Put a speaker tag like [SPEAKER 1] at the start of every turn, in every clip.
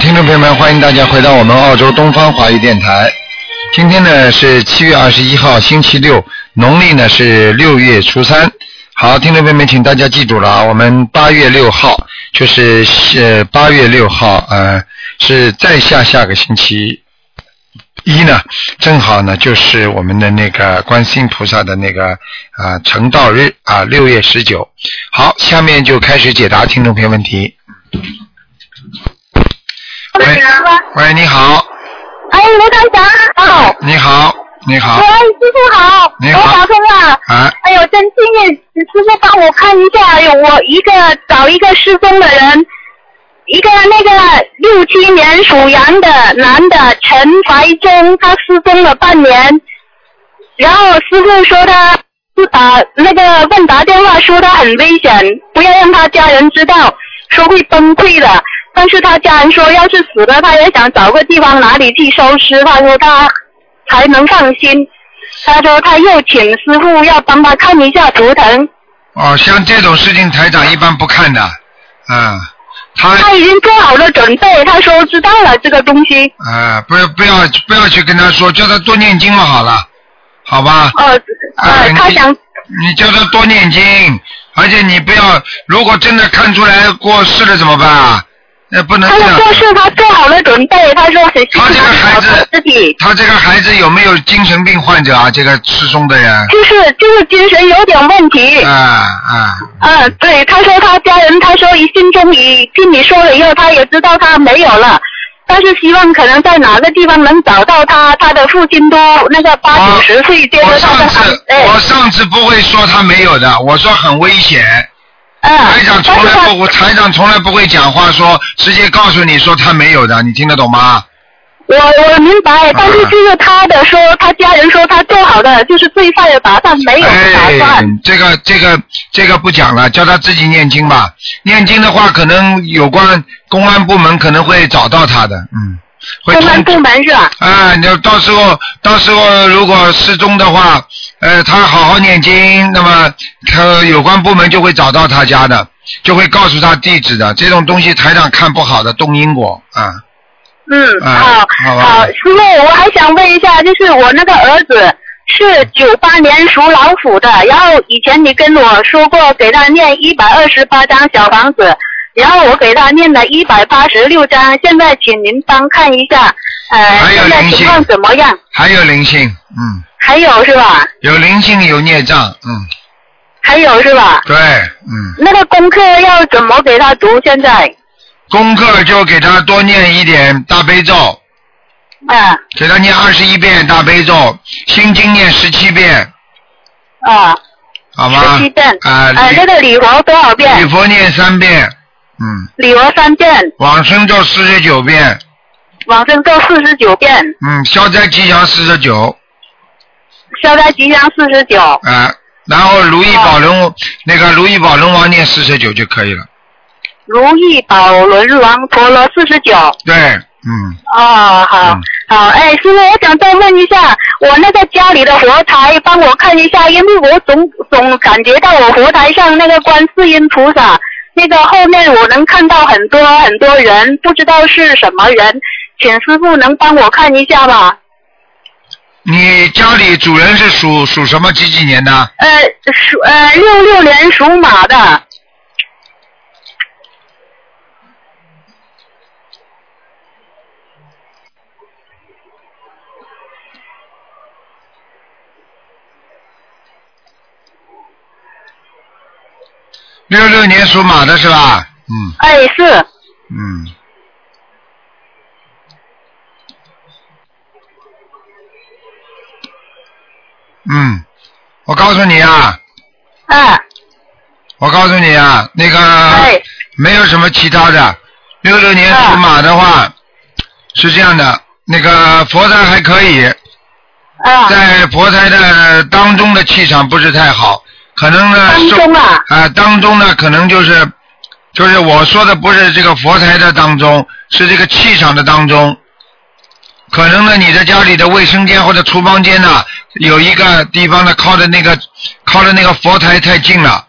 [SPEAKER 1] 听众朋友们，欢迎大家回到我们澳洲东方华语电台。今天呢是七月二十一号，星期六，农历呢是六月初三。好，听众朋友们，请大家记住了啊，我们八月六号就是呃八月六号，呃是再下下个星期一呢，正好呢就是我们的那个观世音菩萨的那个啊、呃成道日啊，六、月十九。好，下面就开始解答听众朋友问题。喂，喂，你好，
[SPEAKER 2] 哎，罗台长好，
[SPEAKER 1] 你好，你好
[SPEAKER 2] 喂，，师傅好，
[SPEAKER 1] 你
[SPEAKER 2] 我
[SPEAKER 1] 好
[SPEAKER 2] 打通了。
[SPEAKER 1] 啊，
[SPEAKER 2] 哎呦，真幸运！师傅帮我看一下，哎呦，我一个找一个失踪的人，一个那个六七年属羊的男的陈怀忠，他失踪了半年，然后师傅说他不打那个问答电话，说他很危险，不要让他家人知道，说会崩溃的。但是他家人说，要是死了，他也想找个地方哪里去收尸，他说他才能放心。他说他又请师傅要帮他看一下图腾，
[SPEAKER 1] 哦，像这种事情台长一般不看的，嗯，他
[SPEAKER 2] 他已经做好了准备，他说知道了这个东西。
[SPEAKER 1] 啊，不要不要不要去跟他说，叫他多念经嘛，好了，好吧？
[SPEAKER 2] 呃
[SPEAKER 1] 哎
[SPEAKER 2] 呃，他
[SPEAKER 1] 你
[SPEAKER 2] 想
[SPEAKER 1] 你叫他多念经，而且你不要，如果真的看出来过世了怎么办啊？那不能
[SPEAKER 2] 他
[SPEAKER 1] 这
[SPEAKER 2] 的
[SPEAKER 1] 样。
[SPEAKER 2] 做事他做好了准备，他说很辛
[SPEAKER 1] 他这个孩
[SPEAKER 2] 苦
[SPEAKER 1] 子
[SPEAKER 2] 保护自己，
[SPEAKER 1] 他这个孩子有没有精神病患者啊？这个失踪的人，
[SPEAKER 2] 就是就是精神有点问题。
[SPEAKER 1] 啊啊，
[SPEAKER 2] 嗯，对，他说他家人，他说一心中已听你说了以后，他也知道他没有了，但是希望可能在哪个地方能找到他，他的父亲都那个八
[SPEAKER 1] 我
[SPEAKER 2] 九十岁，接
[SPEAKER 1] 我
[SPEAKER 2] 着他
[SPEAKER 1] 上
[SPEAKER 2] 的孩
[SPEAKER 1] 次
[SPEAKER 2] 哎，
[SPEAKER 1] 我上次不会说他没有的，我说很危险。
[SPEAKER 2] 嗯，
[SPEAKER 1] 台长
[SPEAKER 2] 但
[SPEAKER 1] 从
[SPEAKER 2] 是
[SPEAKER 1] 来
[SPEAKER 2] 他
[SPEAKER 1] 不，我台长从来不会讲话说，直接告诉你说他没有的，你听得懂吗？
[SPEAKER 2] 我我明
[SPEAKER 1] 啊
[SPEAKER 2] 白，但是就是他的说，他家人说他做好的就是最坏的打算，没有打
[SPEAKER 1] 哎
[SPEAKER 2] 算。，
[SPEAKER 1] 这个这个这个不讲了，叫他自己念经吧。念经的话，可能有关公安部门可能会找到他的，嗯，会
[SPEAKER 2] 公安
[SPEAKER 1] 通
[SPEAKER 2] 部门是吧？
[SPEAKER 1] 啊，你要到时候到时候如果失踪的话，呃，他好好念经，那么他有关部门就会找到他家的，就会告诉他地址的。这种东西台长看不好的，动因果啊。
[SPEAKER 2] 嗯，
[SPEAKER 1] 啊
[SPEAKER 2] 好，
[SPEAKER 1] 好吧
[SPEAKER 2] 好，师傅，我还想问一下，就是我那个儿子是九八年属老虎的，然后以前你跟我说过给他念一百二十八张小房子，然后我给他念了一百八十六张，现在请您帮看一下，呃，
[SPEAKER 1] 还有
[SPEAKER 2] 现在
[SPEAKER 1] 灵性
[SPEAKER 2] 情况怎么样？
[SPEAKER 1] 还有灵性，嗯，
[SPEAKER 2] 还有是吧？
[SPEAKER 1] 有灵性有孽障，嗯，
[SPEAKER 2] 还有是吧？
[SPEAKER 1] 对，嗯，
[SPEAKER 2] 那个功课要怎么给他读？现在？
[SPEAKER 1] 功课就给他多念一点大悲咒，
[SPEAKER 2] 啊
[SPEAKER 1] 给他念二十一遍大悲咒，心经念十七遍，
[SPEAKER 2] 啊，
[SPEAKER 1] 好吗？
[SPEAKER 2] 十七遍。
[SPEAKER 1] 啊、
[SPEAKER 2] 呃，那个礼佛多少
[SPEAKER 1] 礼
[SPEAKER 2] 遍？
[SPEAKER 1] 佛念三遍，嗯，
[SPEAKER 2] 礼佛三遍，
[SPEAKER 1] 往生咒四十九遍，
[SPEAKER 2] 往生咒四十九遍，
[SPEAKER 1] 嗯，消灾吉祥四十九，
[SPEAKER 2] 消灾吉祥四十九。
[SPEAKER 1] 啊，然后如意宝轮、
[SPEAKER 2] 哦
[SPEAKER 1] 那个如意宝轮王念四十九就可以了。
[SPEAKER 2] 如意宝轮王陀罗四十九。
[SPEAKER 1] 对，嗯，
[SPEAKER 2] 哦，好，
[SPEAKER 1] 嗯
[SPEAKER 2] 好，哎，师傅，我想再问一下，我那个家里的佛台，帮我看一下，因为我总总感觉到我佛台上那个观世音菩萨，那个后面我能看到很多很多人，不知道是什么人，请师傅能帮我看一下吗？
[SPEAKER 1] 你家里主人是属属什么几几年的？
[SPEAKER 2] 呃，属呃六六年属马的，
[SPEAKER 1] 六六年属马的是吧？嗯
[SPEAKER 2] 哎是，
[SPEAKER 1] 嗯。嗯，我告诉你啊，
[SPEAKER 2] 啊，
[SPEAKER 1] 我告诉你啊，那个
[SPEAKER 2] 哎，
[SPEAKER 1] 没有什么其他的。六六年属马的话，是这样的，那个佛台还可以，
[SPEAKER 2] 啊，
[SPEAKER 1] 在佛台的当中的气场不是太好，可能呢
[SPEAKER 2] 当
[SPEAKER 1] 受
[SPEAKER 2] 中啊，
[SPEAKER 1] 啊、当中呢可能就是就是我说的不是这个佛台的当中，是这个气场的当中。可能呢，你在家里的卫生间或者厨房间呢，有一个地方呢靠着那个靠着那个佛台太近了，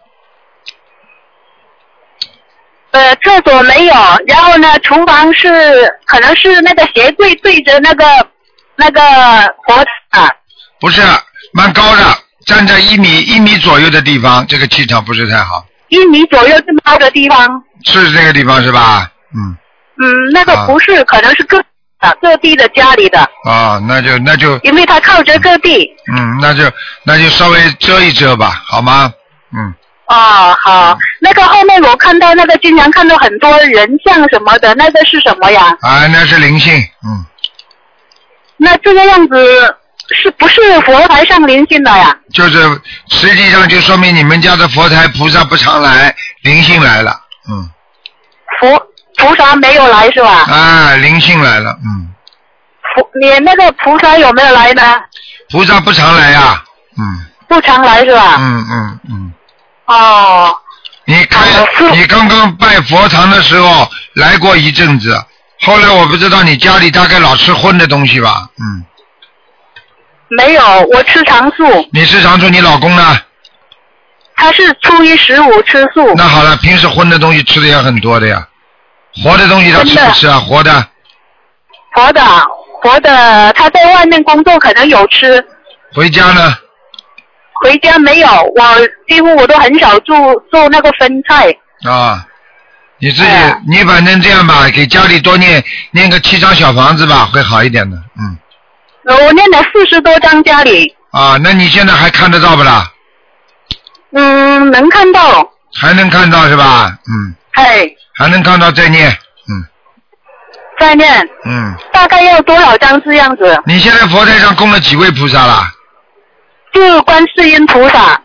[SPEAKER 2] 呃，厕所没有，然后呢，厨房是可能是那个鞋柜对着那个那个火啊塔，
[SPEAKER 1] 不是蛮高的，站在一米一米左右的地方，这个气场不是太好，
[SPEAKER 2] 一米左右这么高的地方，
[SPEAKER 1] 是这个地方是吧？嗯，
[SPEAKER 2] 嗯，那个
[SPEAKER 1] 啊
[SPEAKER 2] 不是，可能是各啊各地的家里的，
[SPEAKER 1] 啊，那就那就
[SPEAKER 2] 因为它靠着各地。
[SPEAKER 1] 嗯，那就那就稍微遮一遮吧，好吗？嗯，
[SPEAKER 2] 哦，好，那个后面我看到那个经常看到很多人像什么的，那个是什么呀？
[SPEAKER 1] 啊，那是灵性，嗯，
[SPEAKER 2] 那这个样子是不是佛台上灵性的呀？
[SPEAKER 1] 就是实际上就说明你们家的佛台菩萨不常来，灵性来了，嗯，
[SPEAKER 2] 菩菩萨没有来是吧？
[SPEAKER 1] 啊，灵性来了，嗯，
[SPEAKER 2] 菩你那个菩萨有没有来呢？
[SPEAKER 1] 菩萨不常来呀、嗯
[SPEAKER 2] 不常来是吧？
[SPEAKER 1] 嗯嗯嗯，
[SPEAKER 2] 哦，
[SPEAKER 1] 你看
[SPEAKER 2] 好的
[SPEAKER 1] 你刚刚拜佛堂的时候来过一阵子，后来我不知道你家里大概老吃荤的东西吧，嗯，
[SPEAKER 2] 没有，我吃长素，
[SPEAKER 1] 你是常说你老公呢？
[SPEAKER 2] 他是初一十五吃素。
[SPEAKER 1] 那好了，平时荤的东西吃的也很多的呀，活的东西他吃不吃啊？活的
[SPEAKER 2] 活的活的，他在外面工作可能有吃，
[SPEAKER 1] 回家呢？
[SPEAKER 2] 回家没有。我几乎我都很少做做那个分菜。
[SPEAKER 1] 啊，你自己、
[SPEAKER 2] 哎呀
[SPEAKER 1] 你反正这样吧，给家里多念念个七张小房子吧，会好一点的。嗯，
[SPEAKER 2] 我念了四十多张家里，
[SPEAKER 1] 啊，那你现在还看得到不啦？
[SPEAKER 2] 嗯，能看到，
[SPEAKER 1] 还能看到是吧？嗯，
[SPEAKER 2] 哎，
[SPEAKER 1] 还能看到再念。嗯
[SPEAKER 2] 在念，
[SPEAKER 1] 嗯，
[SPEAKER 2] 大概要多少张这样子？
[SPEAKER 1] 你现在佛台上供了几位菩萨啦？
[SPEAKER 2] 就观世音菩萨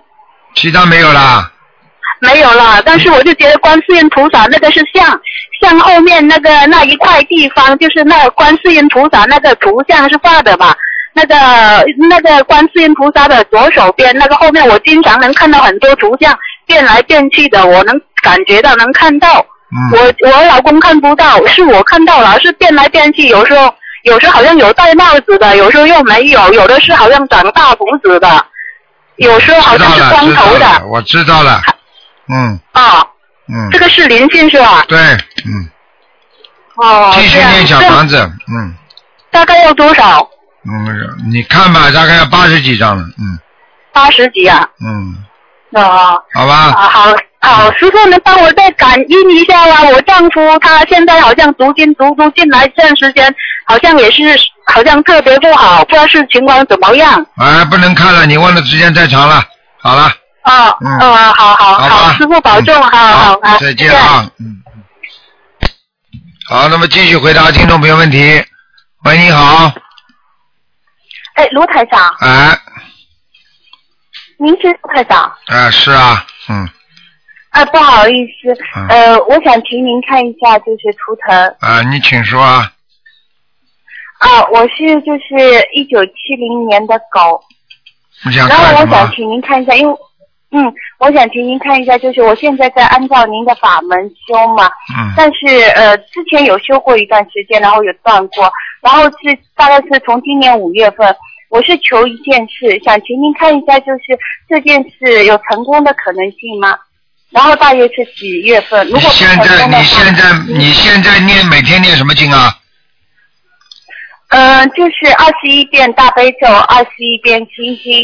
[SPEAKER 1] 其他没有啦？
[SPEAKER 2] 没有了，但是我就觉得观世音菩萨那个是像像后面那个那一块地方，就是那观世音菩萨那个图像是画的吧？那个那个观世音菩萨的左手边那个后面，我经常能看到很多图像变来变去的，我能感觉到能看到。
[SPEAKER 1] 嗯，
[SPEAKER 2] 我我老公看不到，是我看到了，是变来变去，有时候有时候好像有戴帽子的，有时候又没有，有的是好像长大胡子的，有时候好
[SPEAKER 1] 知
[SPEAKER 2] 像
[SPEAKER 1] 道
[SPEAKER 2] 是
[SPEAKER 1] 了，
[SPEAKER 2] 光
[SPEAKER 1] 知道
[SPEAKER 2] 头的
[SPEAKER 1] 了，我知道了。嗯
[SPEAKER 2] 啊，
[SPEAKER 1] 嗯
[SPEAKER 2] 这，个是灵性是吧？
[SPEAKER 1] 对，嗯，
[SPEAKER 2] 哦，啊
[SPEAKER 1] 继续
[SPEAKER 2] 这样
[SPEAKER 1] 念小
[SPEAKER 2] 这样
[SPEAKER 1] 房子，嗯。
[SPEAKER 2] 大概要多少？
[SPEAKER 1] 嗯，你看吧，大概要八十几张了，嗯
[SPEAKER 2] 八十几啊？
[SPEAKER 1] 嗯，
[SPEAKER 2] 啊、
[SPEAKER 1] 好
[SPEAKER 2] 啊，
[SPEAKER 1] 吧，嗯
[SPEAKER 2] 好好，师傅能帮我再感应一下吗？我丈夫他现在好像读经读书进来这段时间，好像也是好像特别不好，不知道是情况怎么样。
[SPEAKER 1] 哎，不能看了，你问的时间太长了，好了，
[SPEAKER 2] 啊，
[SPEAKER 1] 嗯
[SPEAKER 2] 嗯，好好
[SPEAKER 1] 好吧
[SPEAKER 2] 师傅保重，好好
[SPEAKER 1] 好
[SPEAKER 2] 好，，
[SPEAKER 1] 再见啊，嗯，嗯好，那么继续回答听众朋友问题。喂，你好，
[SPEAKER 3] 哎，卢台长，
[SPEAKER 1] 哎，
[SPEAKER 3] 您是卢台长？
[SPEAKER 1] 哎，是啊，嗯，
[SPEAKER 3] 啊，不好意思
[SPEAKER 1] 嗯，
[SPEAKER 3] 呃，我想请您看一下就是图腾
[SPEAKER 1] 啊，你请说啊，
[SPEAKER 3] 啊，我是就是一九七零年的狗，
[SPEAKER 1] 你想
[SPEAKER 3] 然
[SPEAKER 1] 看
[SPEAKER 3] 后
[SPEAKER 1] 什
[SPEAKER 3] 我想
[SPEAKER 1] 么？
[SPEAKER 3] 请您看一下，因为嗯，我想请您看一下，就是我现在在按照您的法门修嘛，
[SPEAKER 1] 嗯，
[SPEAKER 3] 但是呃之前有修过一段时间，然后有断过，然后是大概是从今年五月份，我是求一件事，想请您看一下，就是这件事有成功的可能性吗？然后大约是几月份？如
[SPEAKER 1] 你
[SPEAKER 3] 果不
[SPEAKER 1] 现
[SPEAKER 3] 成
[SPEAKER 1] 在
[SPEAKER 3] 功的
[SPEAKER 1] 你
[SPEAKER 3] 话，
[SPEAKER 1] 现在你现在念每天念什么经啊？
[SPEAKER 3] 嗯、就是二十一遍大悲咒，二十一遍心经，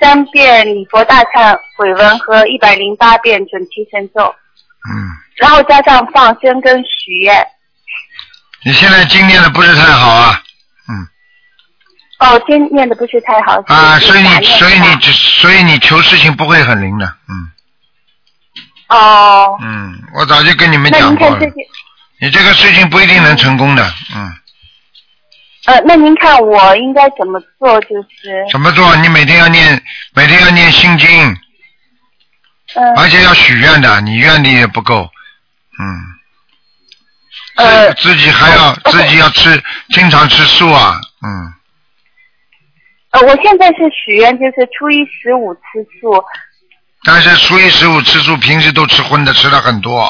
[SPEAKER 3] 三遍礼佛大忏悔文和一百零八遍准提神咒，
[SPEAKER 1] 嗯，
[SPEAKER 3] 然后加上放生跟许愿。
[SPEAKER 1] 你现在经念的不是太好啊，嗯。
[SPEAKER 3] 哦，今念的不是太好。
[SPEAKER 2] 嗯
[SPEAKER 1] 啊，所以
[SPEAKER 3] 打
[SPEAKER 1] 你
[SPEAKER 3] 念
[SPEAKER 1] 所以
[SPEAKER 3] 是吧
[SPEAKER 1] 你所以你求事情不会很灵的，嗯
[SPEAKER 3] 哦，
[SPEAKER 1] 嗯，我早就跟你们
[SPEAKER 3] 那
[SPEAKER 1] 讲
[SPEAKER 3] 您
[SPEAKER 1] 过
[SPEAKER 3] 看
[SPEAKER 1] 了
[SPEAKER 3] 这，件，
[SPEAKER 1] 你这个事情不一定能成功的，嗯，
[SPEAKER 3] 呃，那您看我应该怎么做？就是，
[SPEAKER 1] 怎么做？你每天要念，每天要念心经，
[SPEAKER 3] 嗯、
[SPEAKER 1] 而且要许愿的，你愿力也不够，嗯，
[SPEAKER 3] 呃，
[SPEAKER 1] 自自己还要
[SPEAKER 3] 我
[SPEAKER 1] 自己要吃，经常吃素啊，嗯，
[SPEAKER 3] 呃，我现在是许愿，就是初一十五吃素，
[SPEAKER 1] 但是初一十五吃素，平时都吃荤的，吃了很多，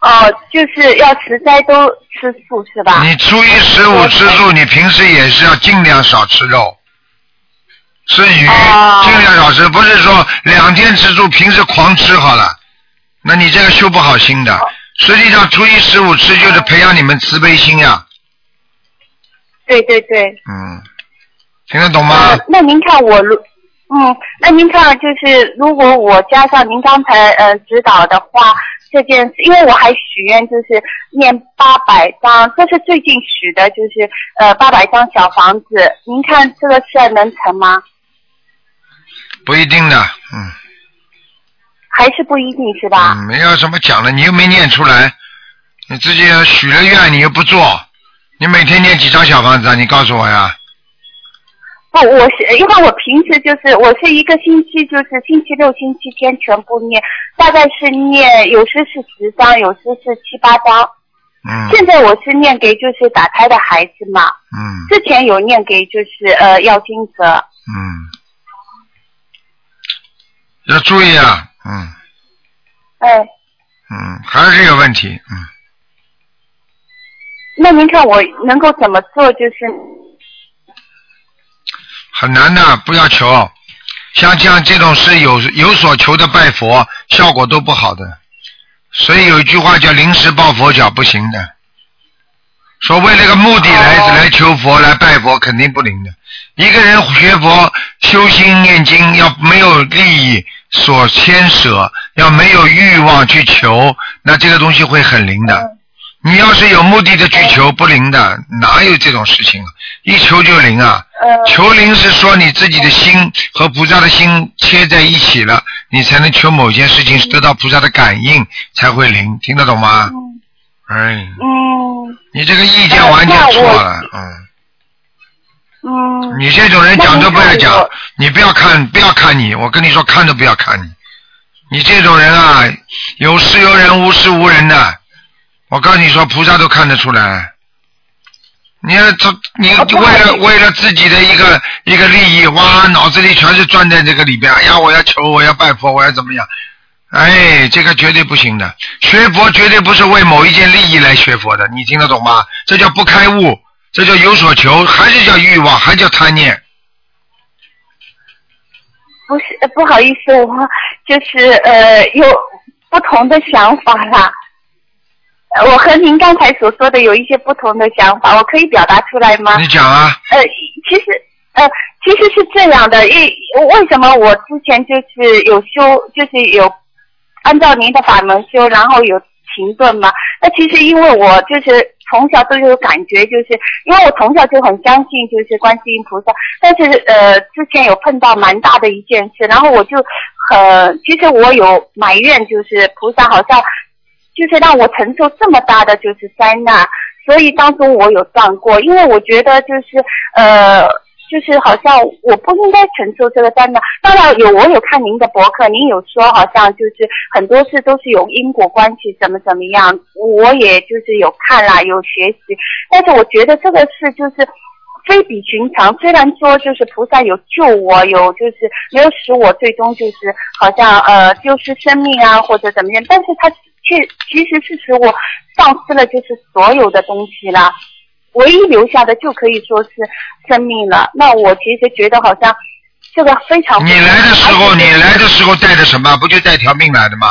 [SPEAKER 3] 哦、就是要十斋都吃素是吧？
[SPEAKER 1] 你初一十五吃素，你平时也是要尽量少吃肉，吃鱼，
[SPEAKER 3] 哦
[SPEAKER 1] 尽量少吃，不是说两天吃素，平时狂吃好了，那你这个修不好心的，实际上初一十五吃就是培养你们慈悲心呀、
[SPEAKER 3] 对对对。
[SPEAKER 1] 嗯，听得懂吗
[SPEAKER 3] 啊，？那您看我如，嗯，那您看就是如果我加上您刚才呃指导的话，这件事，因为我还许愿就是念八百张，这是最近许的，就是呃八百张小房子，您看这个事儿能成吗？
[SPEAKER 1] 不一定的，嗯，
[SPEAKER 3] 还是不一定是吧？
[SPEAKER 1] 嗯没有什么讲的，你又没念出来，你自己许了愿，你又不做，你每天念几张小房子啊？你告诉我呀。
[SPEAKER 3] 不，哦我是因为我平时就是我是一个星期就是星期六、星期天全部念，大概是念有时是十张，有时是七八张。
[SPEAKER 1] 嗯
[SPEAKER 3] 现在我是念给就是打胎的孩子嘛，
[SPEAKER 1] 嗯
[SPEAKER 3] 之前有念给就是呃药金者，
[SPEAKER 1] 嗯，要注意啊，嗯
[SPEAKER 3] 哎，
[SPEAKER 1] 嗯，还是有问题，嗯。
[SPEAKER 3] 那您看我能够怎么做？就是
[SPEAKER 1] 很难的，不要求。像像这种是有有所求的拜佛，效果都不好的。所以有一句话叫“临时抱佛脚”，不行的。说为了个目的来、
[SPEAKER 3] 哦
[SPEAKER 1] 来求佛来拜佛，肯定不灵的。一个人学佛、修心、念经，要没有利益所牵扯，要没有欲望去求，那这个东西会很灵的。你要是有目的的去
[SPEAKER 3] 哎
[SPEAKER 1] 求，不灵的，哪有这种事情啊？一求就灵啊！
[SPEAKER 3] 呃
[SPEAKER 1] 求灵是说你自己的心和菩萨的心切在一起了，你才能求某件事情得到菩萨的感应，才会灵，听得懂吗？
[SPEAKER 3] 嗯
[SPEAKER 1] 哎，
[SPEAKER 3] 嗯
[SPEAKER 1] 你这个意见完全错了，嗯，
[SPEAKER 3] 嗯
[SPEAKER 1] 你这种人讲都不要
[SPEAKER 3] 那
[SPEAKER 1] 讲
[SPEAKER 3] 我，
[SPEAKER 1] 你不要看，不要看你，我跟你说看都不要看你，你这种人啊，有事有人，无事无人的，我告诉你说，菩萨都看得出来。你要这，你
[SPEAKER 3] 啊不好
[SPEAKER 1] 为
[SPEAKER 3] 意思
[SPEAKER 1] 了为了自己的一个一个利益，哇，脑子里全是转在这个里边。哎呀，我要求，我要拜佛，我要怎么样？哎，这个绝对不行的。学佛绝对不是为某一件利益来学佛的，你听得懂吗？这叫不开悟，这叫有所求，还是叫欲望，还叫贪念。
[SPEAKER 3] 不是呃不好意思，我就是呃有不同的想法啦。呃我和您刚才所说的有一些不同的想法，我可以表达出来吗？
[SPEAKER 1] 你讲啊，
[SPEAKER 3] 呃，其实呃，其实是这样的，因为为什么我之前就是有修，就是有按照您的法门修，然后有停顿嘛？那其实因为我就是从小都有感觉，就是因为我从小就很相信就是观世音菩萨，但是呃，之前有碰到蛮大的一件事，然后我就很，其实我有埋怨，就是菩萨好像就是让我承受这么大的就是灾难，所以当中我有断过，因为我觉得就是呃，就是好像我不应该承受这个灾难。当然有，我有看您的博客，您有说好像就是很多事都是有因果关系，怎么怎么样，我也就是有看啦，有学习，但是我觉得这个事就是。非比寻常，虽然说就是菩萨有救我，有就是没有使我最终就是好像呃丢失生命啊或者怎么样，但是他却其实是使我丧失了就是所有的东西啦，唯一留下的就可以说是生命了。那我其实觉得好像这个非常
[SPEAKER 1] 你来的时候，
[SPEAKER 3] 而且
[SPEAKER 1] 你来的时候带着什么？不就带条命来的吗？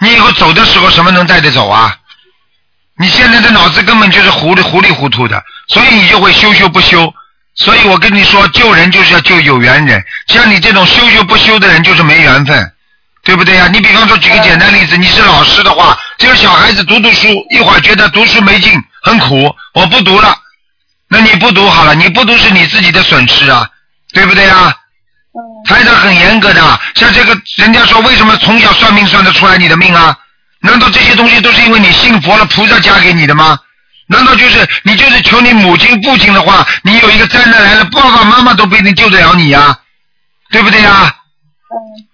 [SPEAKER 1] 你以后走的时候什么能带得走啊？你现在的脑子根本就是糊里糊里糊涂的，所以你就会修修不修。所以我跟你说，救人就是要救有缘人，像你这种修修不修的人就是没缘分，对不对呀、你比方说举个简单例子，你是老师的话，这个小孩子读读书，一会儿觉得读书没劲，很苦，我不读了。那你不读好了，你不读是你自己的损失啊，对不对呀、台长很严格的，像这个人家说为什么从小算命算得出来你的命啊？难道这些东西都是因为你信佛了，菩萨加给你的吗？难道就是你就是求你母亲父亲的话，你有一个灾难来了，爸爸妈妈都不一定救得了你呀、对不对呀、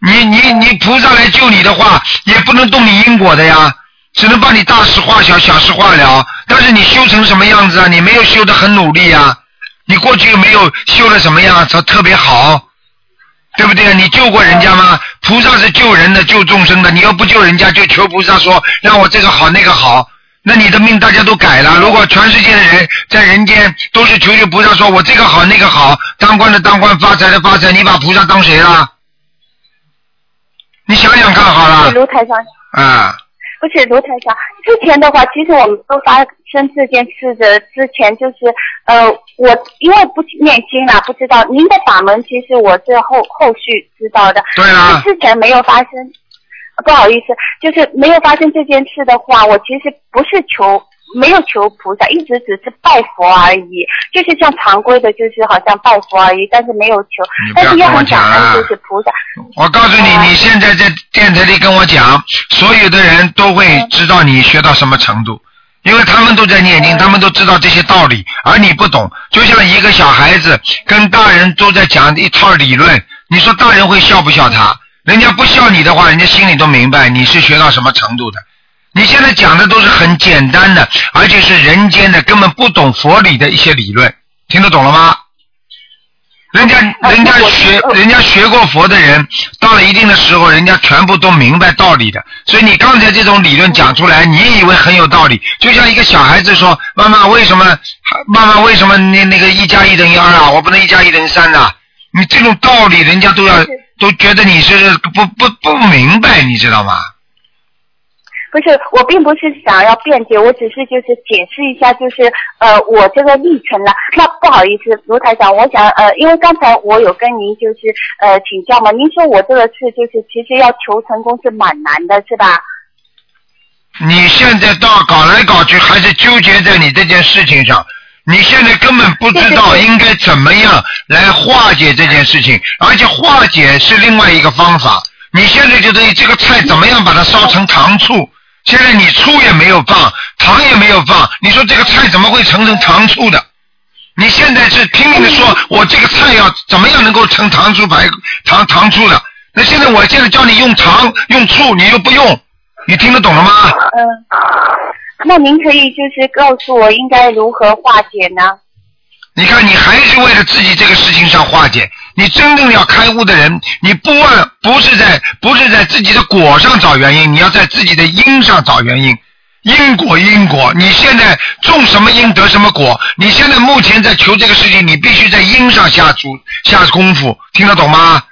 [SPEAKER 1] 你你你菩萨来救你的话，也不能动你因果的呀，只能把你大事化小，小事化了。但是你修成什么样子啊？你没有修得很努力啊，你过去有没有修的什么样子特别好？对不对？你救过人家吗？菩萨是救人的，救众生的。你要不救人家，就求菩萨说让我这个好那个好，那你的命大家都改了。如果全世界的人在人间都是求求菩萨说我这个好那个好，当官的当官，发财的发财，你把菩萨当谁了？你想想看好了，
[SPEAKER 3] 卢台长，
[SPEAKER 1] 啊，
[SPEAKER 3] 不是卢台长，之前的话，其实我们都发生这件事的之前，就是呃，我因为不念经啦，不知道您的法门，其实我是后后续知道的，
[SPEAKER 1] 对啊啦，
[SPEAKER 3] 之前没有发生。不好意思，就是没有发生这件事的话，我其实不是求，没有求菩萨，一直只是拜佛而已，就是像常规的，就是好像拜佛而已，但是没有求
[SPEAKER 1] 你，不
[SPEAKER 3] 但
[SPEAKER 1] 要
[SPEAKER 3] 是也
[SPEAKER 1] 跟我
[SPEAKER 3] 很
[SPEAKER 1] 讲
[SPEAKER 3] 感
[SPEAKER 1] 啊
[SPEAKER 3] 恩就是菩萨。
[SPEAKER 1] 我告诉你，
[SPEAKER 3] 啊
[SPEAKER 1] 你现在在电台里跟我讲，所有的人都会
[SPEAKER 3] 哦
[SPEAKER 1] 知道你学到什么程度，因为他们都在念
[SPEAKER 3] 哦
[SPEAKER 1] 经，他们都知道这些道理，而你不懂。就像一个小孩子跟大人都在讲一套理论，你说大人会笑不笑他？人家不笑你的话，人家心里都明白你是学到什么程度的。你现在讲的都是很简单的，而且是人间的，根本不懂佛理的一些理论，听得懂了吗？人家
[SPEAKER 3] 啊
[SPEAKER 1] 人家
[SPEAKER 3] 我
[SPEAKER 1] 学
[SPEAKER 3] 呃
[SPEAKER 1] 人家学过佛的人，到了一定的时候，人家全部都明白道理的。所以你刚才这种理论讲出来，你以为很有道理，就像一个小孩子说：“妈妈，为什么妈妈为什么那那个一加一等于二啊？我不能一加一等于三呐、你这种道理，人家都要
[SPEAKER 3] 是
[SPEAKER 1] 都觉得你是不不不明白，你知道吗？
[SPEAKER 3] 不是，我并不是想要辩解，我只是就是解释一下，就是呃，我这个历程啦。那不好意思，卢台长，我想呃，因为刚才我有跟您就是呃请教嘛，您说我这个事就是其实要求成功是蛮难的，是吧？
[SPEAKER 1] 你现在到搞来搞去，还是纠结在你这件事情上。你现在根本不知道
[SPEAKER 3] 对对对
[SPEAKER 1] 应该怎么样来化解这件事情，而且化解是另外一个方法。你现在就等于这个菜怎么样把它烧成糖醋？现在你醋也没有放，糖也没有放，你说这个菜怎么会成成糖醋的？你现在是拼命的说，
[SPEAKER 3] 嗯
[SPEAKER 1] 我这个菜要怎么样能够成糖醋排骨糖糖醋的？那现在我现在叫你用糖用醋，你又不用，你听得懂了吗？
[SPEAKER 3] 嗯、那您可以就是告诉我应该如何化解呢？
[SPEAKER 1] 你看，你还是为了自己这个事情上化解。你真正要开悟的人，你不问，不是在不是在自己的果上找原因，你要在自己的因上找原因。因果，因果，你现在种什么因得什么果。你现在目前在求这个事情，你必须在因上下足下功夫，听得懂吗？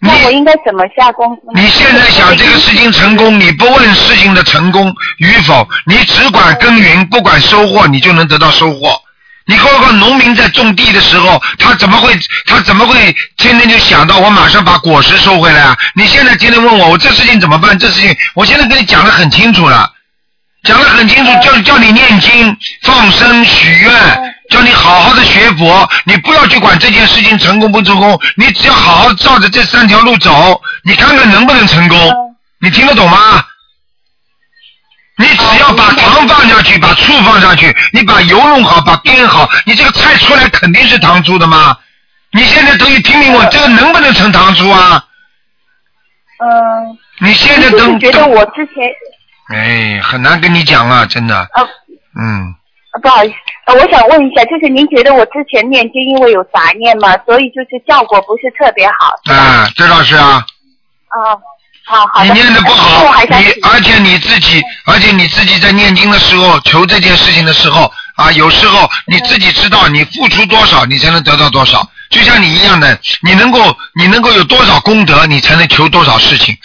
[SPEAKER 1] 你
[SPEAKER 3] 那我应该怎么下功夫呢？
[SPEAKER 1] 你现在想这个事情成功，你不问事情的成功与否，你只管耕耘，不管收获，你就能得到收获。你看看农民在种地的时候，他怎么会他怎么会天天就想到我马上把果实收回来啊？你现在天天问我，我这事情怎么办？这事情我现在跟你讲的很清楚了。讲得很清楚，叫叫你念经、放生、许愿，叫你好好的学佛，你不要去管这件事情成功不成功，你只要好好照着这三条路走，你看看能不能成功
[SPEAKER 3] 嗯？
[SPEAKER 1] 你听得懂吗？你只要把糖放上去，把醋放上去，你把油弄好，把煸好，你这个菜出来肯定是糖醋的嘛。你现在等于听明我这个能不能成糖醋啊？
[SPEAKER 3] 嗯、
[SPEAKER 4] 呃
[SPEAKER 1] 你现在
[SPEAKER 3] 就是
[SPEAKER 1] 等
[SPEAKER 3] 觉得我之前
[SPEAKER 1] 哎，很难跟你讲啊，真的，
[SPEAKER 3] 呃
[SPEAKER 1] 嗯。
[SPEAKER 3] 不好意思，呃，我想问一下，就是您觉得我之前念经因为有杂念嘛，所以就是效果不是特别好
[SPEAKER 1] 啊，这倒是啊，
[SPEAKER 3] 啊、好好的。
[SPEAKER 1] 你念的不好
[SPEAKER 3] 那我还，想
[SPEAKER 1] 你
[SPEAKER 3] 请嗯
[SPEAKER 1] 而且你自己，而且你自己在念经的时候求这件事情的时候啊，有时候你
[SPEAKER 3] 嗯
[SPEAKER 1] 自己知道你付出多少，你才能得到多少。就像你一样的，你能够你能够有多少功德，你才能求多少事情。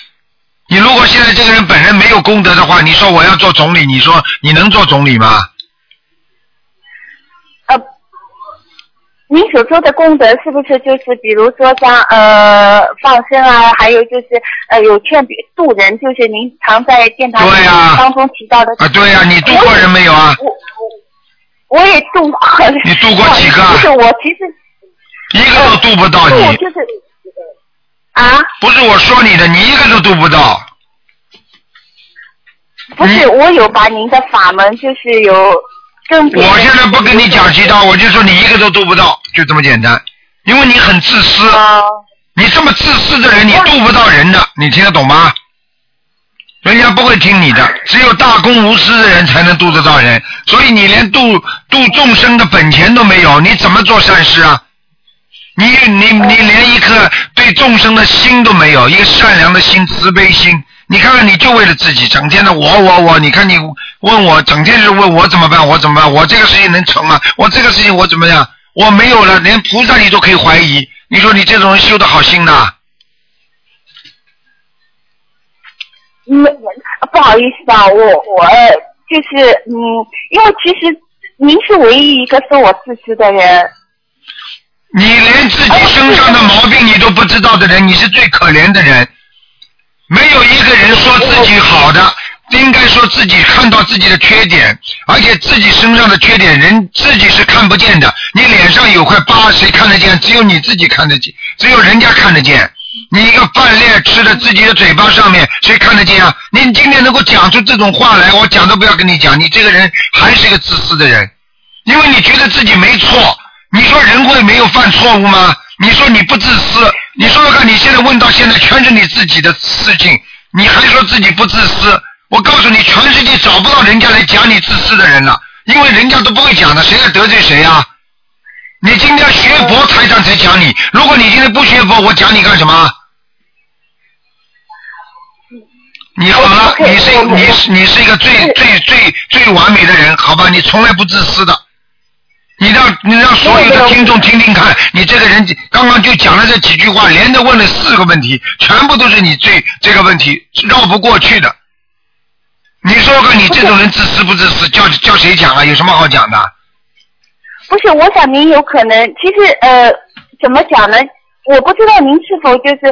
[SPEAKER 1] 你如果现在这个人本人没有功德的话，你说我要做总理，你说你能做总理吗？
[SPEAKER 3] 呃，您所说的功德是不是就是比如说像呃放生啊，还有就是呃有劝别渡人，就是您常在电台
[SPEAKER 1] 对啊
[SPEAKER 3] 当中提到的
[SPEAKER 1] 啊，对呀、你度过人没有啊？
[SPEAKER 3] 我我我也渡过了。
[SPEAKER 1] 你渡过几个啊
[SPEAKER 3] 不好意思就是我其实
[SPEAKER 1] 一个都度不到
[SPEAKER 3] 渡
[SPEAKER 1] 你，
[SPEAKER 3] 就是哦啊。
[SPEAKER 1] 不是我说你的，你一个都度不到。
[SPEAKER 3] 不是，
[SPEAKER 1] 嗯
[SPEAKER 3] 我有把您的法门就是有跟别人
[SPEAKER 1] 我现在不跟你讲其他，我就说你一个都渡不到，就这么简单。因为你很自私，
[SPEAKER 3] 啊、
[SPEAKER 1] 你这么自私的人，你渡不到人的，你听得懂吗？人家不会听你的，只有大公无私的人才能渡得到人。所以你连渡渡众生的本钱都没有，你怎么做善事啊？你你你连一颗对众生的心都没有，一个善良的心、慈悲心。你看看，你就为了自己，整天的我我我，你看你问我，整天是问我怎么办，我怎么办，我这个事情能成吗？我这个事情我怎么样？我没有了，连菩萨你都可以怀疑，你说你这种人修的好心呐？
[SPEAKER 3] 没不好意思啊，我我就是嗯，因为其实您是唯一一个说我自私的人。
[SPEAKER 1] 你连自己身上的毛病你都不知道的人，你是最可怜的人。没有一个人说自己好的，应该说自己看到自己的缺点，而且自己身上的缺点人自己是看不见的。你脸上有块疤，谁看得见？只有你自己看得见，只有人家看得见。你一个饭粒吃在自己的嘴巴上面，谁看得见啊？你今天能够讲出这种话来，我讲都不要跟你讲，你这个人还是一个自私的人，因为你觉得自己没错。你说人会没有犯错误吗？你说你不自私，你说说看，你现在问到现在全是你自己的事情，你还说自己不自私？我告诉你，全世界找不到人家来讲你自私的人了，因为人家都不会讲的，谁来得罪谁啊？你今天学佛台上才讲你，如果你今天不学佛，我讲你干什么？你好了，你是你是你是一个最最最最完美的人，好吧？你从来不自私的。你让你让所有的听众听听看，你这个人刚刚就讲了这几句话，连着问了四个问题，全部都是你最这个问题绕不过去的。你说说看，你这种人自私不自私？叫叫谁讲啊？有什么好讲的？
[SPEAKER 3] 不是，我想您有可能，其实呃，怎么讲呢？我不知道您是否就是。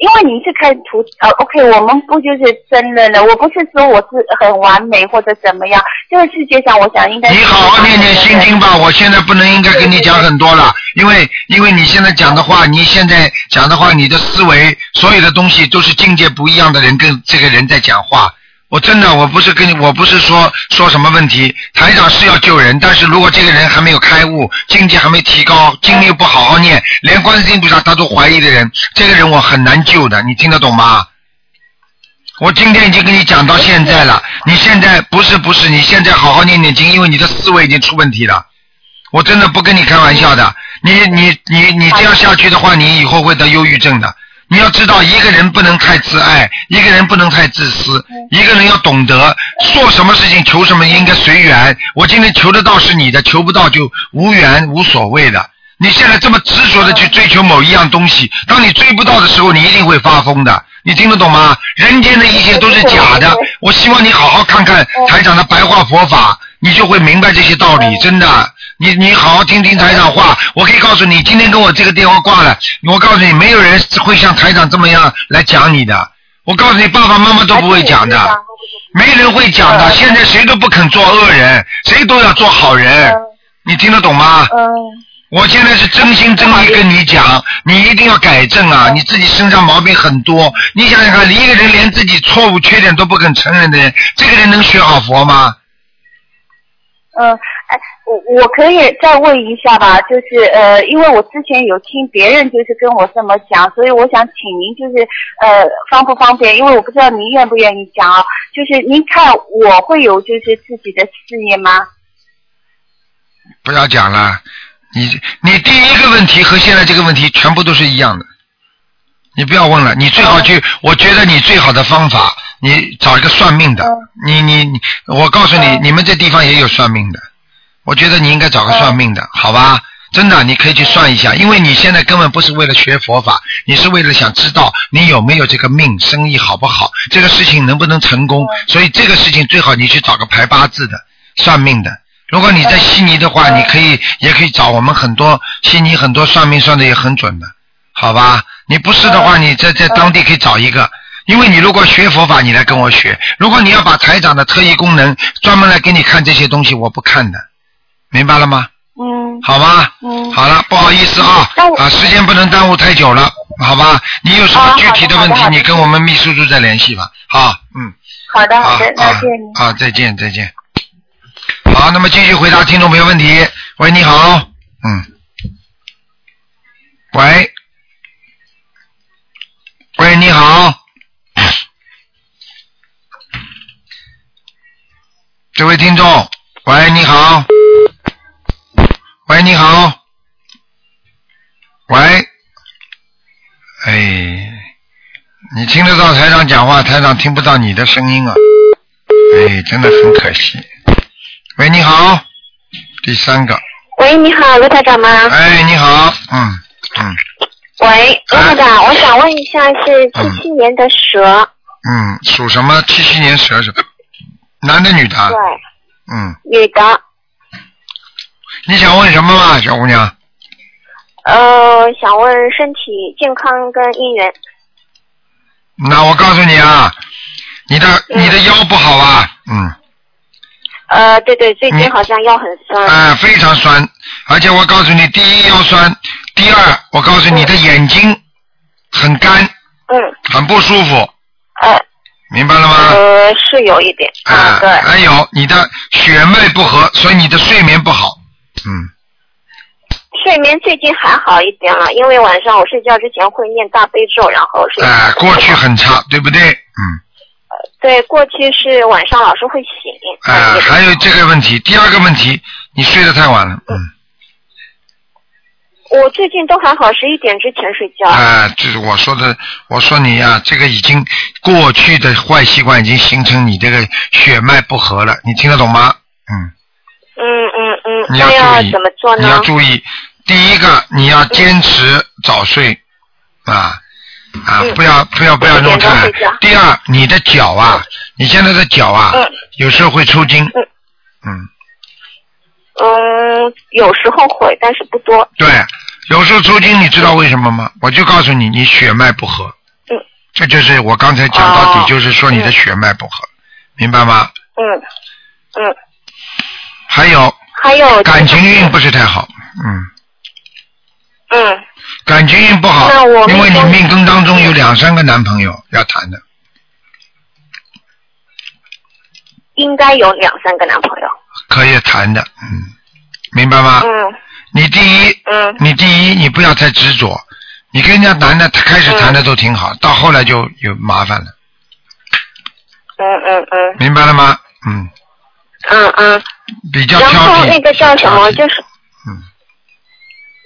[SPEAKER 3] 因为您是看图呃，OK，我们不就是争论了？我不是说我是很完美或者怎么样，这个世界上我想应该
[SPEAKER 1] 你好好念念心经吧，我现在不能应该跟你讲很多了，因为因为你现在讲的话，你现在讲的话，你的思维所有的东西都是境界不一样的人跟这个人在讲话。我真的我不是跟你，我不是说说什么问题，台长是要救人，但是如果这个人还没有开悟，境界还没提高，经历不好好念，连观世音菩萨他都怀疑的人，这个人我很难救的，你听得懂吗？我今天已经跟你讲到现在了，你现在不是不是，你现在好好念念经，因为你的思维已经出问题了。我真的不跟你开玩笑的，你你你你这样下去的话，你以后会得忧郁症的。你要知道，一个人不能太自爱，一个人不能太自私，一个人要懂得做什么事情求什么应该随缘。我今天求得到是你的，求不到就无缘无所谓的。你现在这么执着的去追求某一样东西，当你追不到的时候，你一定会发疯的。你听得懂吗？人间的一切都是假的。我希望你好好看看台长的白话佛法，你就会明白这些道理。真的，你你好好听听台长话。我可以告诉你，今天跟我这个电话挂了，我告诉你，没有人会像台长这么样来讲你的。我告诉你，爸爸妈妈都不会讲的。没人会讲的。现在谁都不肯做恶人，谁都要做好人。你听得懂吗？
[SPEAKER 3] 嗯，
[SPEAKER 1] 我现在是真心真意跟你讲，你一定要改正啊！你自己身上毛病很多，你想想看，一个人连自己错误缺点都不肯承认的人，这个人能学好佛吗？
[SPEAKER 3] 嗯，哎，我我可以再问一下吧，就是呃，因为我之前有听别人就是跟我这么讲，所以我想请您就是呃方不方便？因为我不知道您愿不愿意讲啊，就是您看我会有就是自己的事业吗？
[SPEAKER 1] 不要讲了，你你第一个问题和现在这个问题全部都是一样的，你不要问了，你最好去，我觉得你最好的方法，你找一个算命的
[SPEAKER 3] 嗯，
[SPEAKER 1] 你你你，我告诉你，你们这地方也有算命的，我觉得你应该找个算命的，好吧？真的，你可以去算一下，因为你现在根本不是为了学佛法，你是为了想知道你有没有这个命，生意好不好，这个事情能不能成功。所以这个事情最好你去找个排八字的、算命的。如果你在悉尼的话，你可以也可以找我们很多悉尼很多算命算的也很准的，好吧？你不是的话，你在在当地可以找一个。因为你如果学佛法，你来跟我学；如果你要把台长的特异功能专门来给你看这些东西，我不看的，明白了吗？
[SPEAKER 3] 嗯
[SPEAKER 1] 好吧，
[SPEAKER 3] 嗯
[SPEAKER 1] 好了，不好意思啊
[SPEAKER 3] 那，我
[SPEAKER 1] 啊，时间不能耽误太久了，好吧？你有什么
[SPEAKER 3] 啊
[SPEAKER 1] 具体
[SPEAKER 3] 好
[SPEAKER 1] 问
[SPEAKER 3] 的
[SPEAKER 1] 题
[SPEAKER 3] 好，的
[SPEAKER 1] 你跟我们秘书处再联系吧。好，嗯，
[SPEAKER 3] 好的
[SPEAKER 1] 好
[SPEAKER 3] 好的，那
[SPEAKER 1] 啊
[SPEAKER 3] 谢谢您。
[SPEAKER 1] 啊，再见再见。好，那么继续回答听众朋友问题。喂，你好，嗯，喂，喂，你好，这位听众，喂，你好，喂，你好，喂，哎，你听得到台长讲话，台长听不到你的声音啊，哎，真的很可惜。喂，你好，第三个，
[SPEAKER 5] 喂，你好，卢台长吗？
[SPEAKER 1] 哎，你好，嗯嗯，
[SPEAKER 5] 喂，卢台长，我想问一下，是
[SPEAKER 1] 嗯
[SPEAKER 5] 七七年的蛇，
[SPEAKER 1] 嗯，属什么？七七年蛇是吧？男的女的啊？
[SPEAKER 5] 对，
[SPEAKER 1] 嗯，
[SPEAKER 5] 女的，
[SPEAKER 1] 你想问什么吗，小姑娘？
[SPEAKER 5] 呃，想问身体健康跟姻缘。
[SPEAKER 1] 那我告诉你啊，你的你的腰不好啊，嗯，
[SPEAKER 5] 呃，对对，最
[SPEAKER 1] 你
[SPEAKER 5] 近好像腰很酸。
[SPEAKER 1] 哎、非常酸，而且我告诉你，第一腰酸，第二我告诉你的眼睛很干，
[SPEAKER 5] 嗯，
[SPEAKER 1] 很不舒服，
[SPEAKER 5] 呃
[SPEAKER 1] 明白了吗？
[SPEAKER 5] 呃，是有一点。
[SPEAKER 1] 啊，
[SPEAKER 5] 嗯，对。
[SPEAKER 1] 还有你的血脉不和，所以你的睡眠不好，嗯，
[SPEAKER 5] 睡眠最近还好一点了，因为晚上我睡觉之前会念大悲咒，然后睡。
[SPEAKER 1] 哎、过去很差，对不对？嗯。
[SPEAKER 5] 对，过去是晚上老是会醒。
[SPEAKER 1] 啊、
[SPEAKER 5] 半夜的时候
[SPEAKER 1] 还有这个问题，第二个问题，你睡得太晚了，嗯，
[SPEAKER 5] 我最近都还好，十一点之前睡觉。
[SPEAKER 1] 啊、就是我说的，我说你呀、这个已经过去的坏习惯已经形成你这个血脉不和了，你听得懂吗？嗯，
[SPEAKER 5] 嗯嗯嗯，
[SPEAKER 1] 你
[SPEAKER 5] 那
[SPEAKER 1] 注
[SPEAKER 5] 要
[SPEAKER 1] 意
[SPEAKER 5] 怎么做，
[SPEAKER 1] 你要
[SPEAKER 5] 呢？嗯
[SPEAKER 1] 注意，第一个你要坚持早睡，啊啊，
[SPEAKER 5] 嗯
[SPEAKER 1] 不要不要不要弄
[SPEAKER 5] 我
[SPEAKER 1] 太
[SPEAKER 5] 点到睡觉。
[SPEAKER 1] 第二，你的脚啊，你现在的脚啊
[SPEAKER 5] 嗯，
[SPEAKER 1] 有时候会抽筋，嗯，
[SPEAKER 5] 嗯，有时候会，但是不多。
[SPEAKER 1] 对，有时候抽筋，你知道为什么吗？我就告诉你，你血脉不和。
[SPEAKER 5] 嗯。
[SPEAKER 1] 这就是我刚才讲到底，
[SPEAKER 5] 哦
[SPEAKER 1] 就是说你的
[SPEAKER 5] 嗯
[SPEAKER 1] 血脉不和，明白吗？
[SPEAKER 5] 嗯嗯，
[SPEAKER 1] 还有
[SPEAKER 5] 还有
[SPEAKER 1] 感情运不是太好，嗯，
[SPEAKER 5] 嗯
[SPEAKER 1] 感情运不好
[SPEAKER 5] 那我，
[SPEAKER 1] 因
[SPEAKER 5] 命
[SPEAKER 1] 为你
[SPEAKER 5] 中
[SPEAKER 1] 命根当中有两三个男朋友要谈的，
[SPEAKER 5] 应该有两三个男朋友。
[SPEAKER 1] 可以谈的，嗯，明白吗？
[SPEAKER 5] 嗯
[SPEAKER 1] 你第一，
[SPEAKER 5] 嗯
[SPEAKER 1] 你第一，你不要太执着，你跟人家男的他开始谈的都挺好，到后来就有麻烦了，
[SPEAKER 5] 嗯嗯嗯
[SPEAKER 1] 明白了吗？嗯，
[SPEAKER 5] 嗯嗯，
[SPEAKER 1] 比较
[SPEAKER 5] 然
[SPEAKER 1] 挑剔。
[SPEAKER 5] 后那个叫什么，
[SPEAKER 1] 比较挑剔
[SPEAKER 5] 就是
[SPEAKER 1] 嗯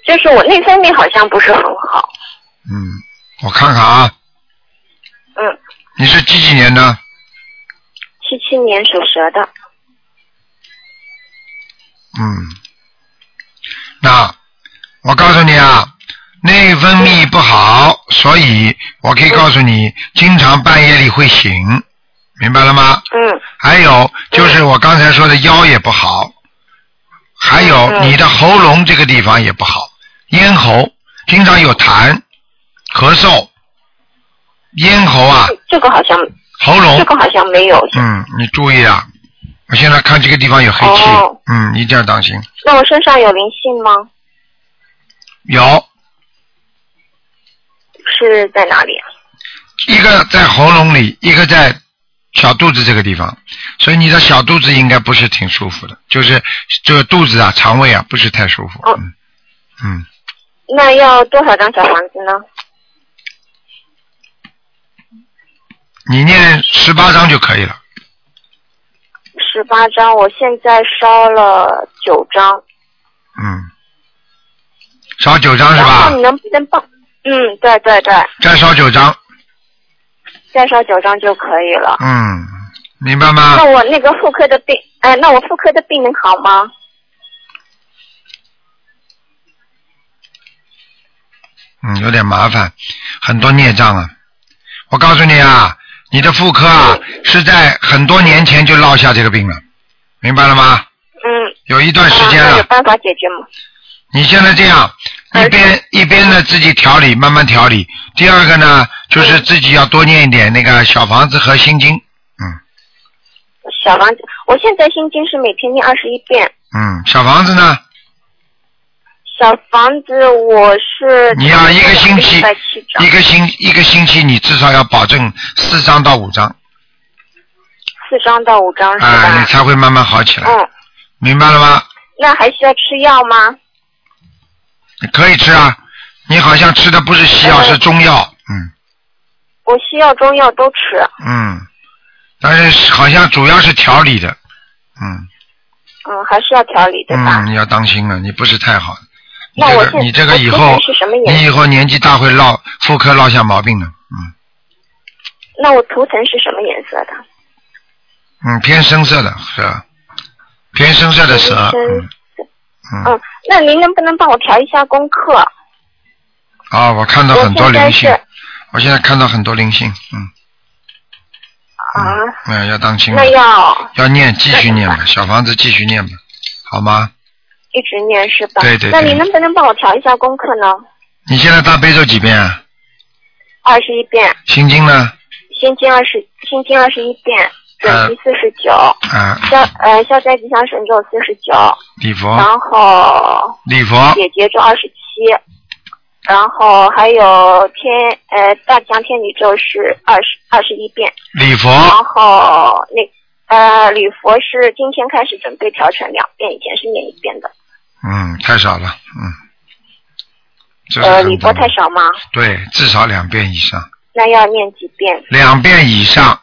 [SPEAKER 5] 就是我内分泌好像不是很好。
[SPEAKER 1] 嗯，我看看啊，
[SPEAKER 5] 嗯，
[SPEAKER 1] 你是几几年的？
[SPEAKER 5] 七七年属蛇的。
[SPEAKER 1] 嗯，那我告诉你啊，内分泌不好，所以我可以告诉你，经常半夜里会醒，明白了吗？
[SPEAKER 5] 嗯
[SPEAKER 1] 还有就是我刚才说的腰也不好，还有
[SPEAKER 5] 嗯
[SPEAKER 1] 你的喉咙这个地方也不好，咽喉经常有痰、咳嗽，咽喉啊，
[SPEAKER 5] 这个好像
[SPEAKER 1] 喉咙
[SPEAKER 5] 这个好像没有。
[SPEAKER 1] 嗯，你注意啊！我现在看这个地方有黑气，
[SPEAKER 5] 哦
[SPEAKER 1] 嗯，你一定要当心。
[SPEAKER 5] 那我身上有灵性吗？
[SPEAKER 1] 有
[SPEAKER 5] 是在哪里啊？
[SPEAKER 1] 一个在喉咙里，一个在小肚子这个地方，所以你的小肚子应该不是挺舒服的，就是这个肚子啊、肠胃啊不是太舒服。
[SPEAKER 5] 哦
[SPEAKER 1] 嗯嗯，
[SPEAKER 5] 那要多少张小房子呢？
[SPEAKER 1] 你念十八章就可以了。
[SPEAKER 5] 十八张，我现在烧了九张。
[SPEAKER 1] 嗯，烧九章是
[SPEAKER 5] 然
[SPEAKER 1] 吧
[SPEAKER 5] 后你？能不能帮？嗯，对对对，
[SPEAKER 1] 再烧九章，
[SPEAKER 5] 再烧九张就可以了。
[SPEAKER 1] 嗯，明白吗
[SPEAKER 5] 那？我那个妇科的病，哎，那我妇科的病能好吗？
[SPEAKER 1] 嗯，有点麻烦，很多孽障啊。我告诉你啊，你的妇科啊
[SPEAKER 5] 嗯
[SPEAKER 1] 是在很多年前就落下这个病了，明白了吗？
[SPEAKER 5] 嗯，
[SPEAKER 1] 有一段时
[SPEAKER 5] 啊啊
[SPEAKER 1] 间
[SPEAKER 5] 那有
[SPEAKER 1] 了。
[SPEAKER 5] 办法解决吗？
[SPEAKER 1] 你现在这样，一
[SPEAKER 5] 而
[SPEAKER 1] 边一边呢自己调理，慢慢调理。第二个呢，就是
[SPEAKER 5] 嗯
[SPEAKER 1] 自己要多念一点那个小房子和心经。嗯
[SPEAKER 5] 小王子，我现在心经是每天念二十一遍。
[SPEAKER 1] 嗯，小房子呢，
[SPEAKER 5] 小房子，我是
[SPEAKER 1] 你要一个星期
[SPEAKER 5] 一百七张
[SPEAKER 1] 一，个星一个星期你至少要保证四张到五张
[SPEAKER 5] 四张到五张是
[SPEAKER 1] 啊、你
[SPEAKER 5] 吧？
[SPEAKER 1] 才会慢慢好起来，
[SPEAKER 5] 嗯，
[SPEAKER 1] 明白了吗？
[SPEAKER 5] 那还需要吃药吗？
[SPEAKER 1] 可以吃啊，你好像吃的不是西药，
[SPEAKER 5] 嗯
[SPEAKER 1] 是中药，嗯
[SPEAKER 5] 我西药、中药都吃。
[SPEAKER 1] 嗯，但是好像主要是调理的，嗯
[SPEAKER 5] 嗯，还是要调理对吧？
[SPEAKER 1] 嗯，你要当心了，你不是太好，你
[SPEAKER 5] 那
[SPEAKER 1] 这
[SPEAKER 5] 我
[SPEAKER 1] 个
[SPEAKER 5] 现
[SPEAKER 1] 你这
[SPEAKER 5] 我
[SPEAKER 1] 个以
[SPEAKER 5] 图
[SPEAKER 1] 后
[SPEAKER 5] 腾是什么颜
[SPEAKER 1] 你
[SPEAKER 5] 色？
[SPEAKER 1] 以后年纪大会落妇科落下毛病的，嗯
[SPEAKER 5] 那我图腾是什么颜色的？
[SPEAKER 1] 嗯，偏深色的蛇，偏深色的蛇，
[SPEAKER 5] 偏深
[SPEAKER 1] 嗯嗯，
[SPEAKER 5] 嗯，那您能不能帮我调一下功课？
[SPEAKER 1] 啊，我看到
[SPEAKER 5] 我
[SPEAKER 1] 很多
[SPEAKER 5] 现在
[SPEAKER 1] 灵性
[SPEAKER 5] 是，
[SPEAKER 1] 我现在看到很多灵性，嗯
[SPEAKER 5] 啊，
[SPEAKER 1] 嗯，要当心了
[SPEAKER 5] 那，要
[SPEAKER 1] 要念，继续念吧，小房子继续念吧，好吗？
[SPEAKER 5] 一直念是吧？
[SPEAKER 1] 对对
[SPEAKER 5] 那
[SPEAKER 1] 对
[SPEAKER 5] 你能不能帮我调一下功课呢？
[SPEAKER 1] 你现在大悲咒几遍啊？
[SPEAKER 5] 二十一遍，
[SPEAKER 1] 心经呢？
[SPEAKER 5] 心经二十，心经二十一遍，准
[SPEAKER 1] 呃
[SPEAKER 5] 提四十九，
[SPEAKER 1] 啊，
[SPEAKER 5] 消呃消灾吉祥神咒四十九，
[SPEAKER 1] 礼
[SPEAKER 5] 然
[SPEAKER 1] 佛，
[SPEAKER 5] 后
[SPEAKER 1] 礼佛，
[SPEAKER 5] 解结咒二十七，然后还有天呃大吉祥天女咒是二十二十一遍，
[SPEAKER 1] 礼
[SPEAKER 5] 然
[SPEAKER 1] 佛，
[SPEAKER 5] 后那呃礼佛是今天开始准备调成两遍，以前是念一遍的。
[SPEAKER 1] 嗯，太少了，嗯，这是
[SPEAKER 5] 呃，
[SPEAKER 1] 很
[SPEAKER 5] 礼佛
[SPEAKER 1] 多
[SPEAKER 5] 太少吗？
[SPEAKER 1] 对，至少两遍以上，
[SPEAKER 5] 那要念几遍？
[SPEAKER 1] 两遍以上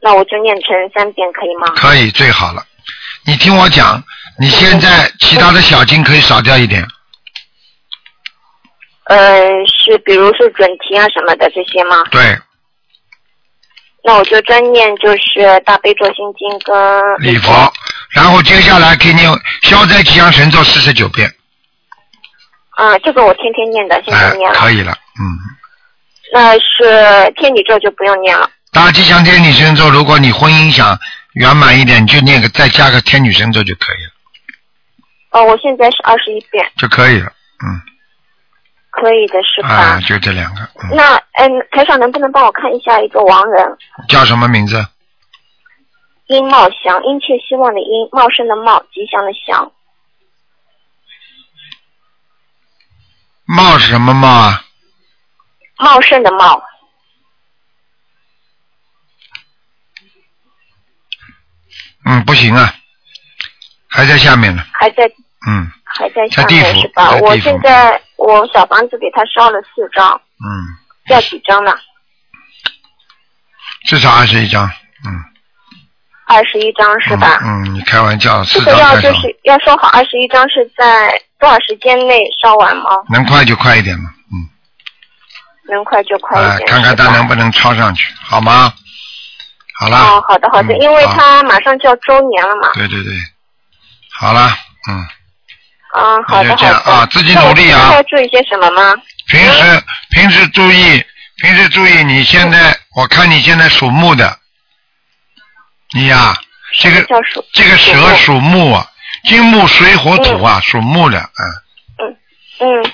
[SPEAKER 5] 那我就念成三遍可以吗？
[SPEAKER 1] 可以最好了。你听我讲，你现在其他的小经可以少掉一点，
[SPEAKER 5] 呃，是比如是准提啊什么的这些吗？
[SPEAKER 1] 对，
[SPEAKER 5] 那我就专念就是大悲咒心经跟
[SPEAKER 1] 礼佛，然后接下来可以念消灾吉祥神咒四十九遍，
[SPEAKER 5] 嗯，这个我天天念的，现
[SPEAKER 1] 哎
[SPEAKER 5] 在念，了。
[SPEAKER 1] 可以了，嗯。
[SPEAKER 5] 那是天女咒就不用念了。
[SPEAKER 1] 大吉祥天女神咒，如果你婚姻想圆满一点，你就念个再加个天女神咒就可以了，
[SPEAKER 5] 哦，我现在是二十一遍，
[SPEAKER 1] 就可以了，嗯，
[SPEAKER 5] 可以的是吧？
[SPEAKER 1] 啊，就这两个，嗯，
[SPEAKER 5] 那嗯，台上能不能帮我看一下一个亡人？
[SPEAKER 1] 叫什么名字？
[SPEAKER 5] 殷茂祥，殷切希望的殷，茂盛的茂，吉祥的祥。
[SPEAKER 1] 茂是什么茂啊？
[SPEAKER 5] 茂盛的茂，
[SPEAKER 1] 嗯，不行啊，还在下面呢，
[SPEAKER 5] 还在
[SPEAKER 1] 嗯
[SPEAKER 5] 还在
[SPEAKER 1] 在
[SPEAKER 5] 下
[SPEAKER 1] 地
[SPEAKER 5] 面
[SPEAKER 1] 府
[SPEAKER 5] 是吧
[SPEAKER 1] 在？地
[SPEAKER 5] 我
[SPEAKER 1] 府
[SPEAKER 5] 现在我小房子给他烧了四张，
[SPEAKER 1] 嗯，
[SPEAKER 5] 要几张呢？
[SPEAKER 1] 至少二十一张，嗯，
[SPEAKER 5] 二十一张是吧？
[SPEAKER 1] 嗯？嗯，你开玩笑，
[SPEAKER 5] 这
[SPEAKER 1] 四
[SPEAKER 5] 个
[SPEAKER 1] 张
[SPEAKER 5] 要
[SPEAKER 1] 太
[SPEAKER 5] 就
[SPEAKER 1] 少，
[SPEAKER 5] 是要烧好二十一张是在多少时间内烧完吗？
[SPEAKER 1] 能快就快一点嘛，嗯，
[SPEAKER 5] 能快就快
[SPEAKER 1] 啊
[SPEAKER 5] 一，点。
[SPEAKER 1] 看看
[SPEAKER 5] 是吧
[SPEAKER 1] 他能不能抄上去，好吗？好啦，
[SPEAKER 5] 哦，好的好的，
[SPEAKER 1] 嗯
[SPEAKER 5] 因为
[SPEAKER 1] 好
[SPEAKER 5] 他马上就要周年了嘛。
[SPEAKER 1] 对对对，好啦，嗯。
[SPEAKER 5] 嗯，好
[SPEAKER 1] 那
[SPEAKER 5] 的
[SPEAKER 1] 就这样
[SPEAKER 5] 好的。
[SPEAKER 1] 啊自己努力啊
[SPEAKER 5] 那我还要注意些什么吗？
[SPEAKER 1] 平
[SPEAKER 5] 嗯
[SPEAKER 1] 时平时注意，平时注意，你现在我看你现在属木的，你呀、这
[SPEAKER 5] 什么
[SPEAKER 1] 个
[SPEAKER 5] 叫属
[SPEAKER 1] 这个蛇属木啊，金木水火土啊，属木的，嗯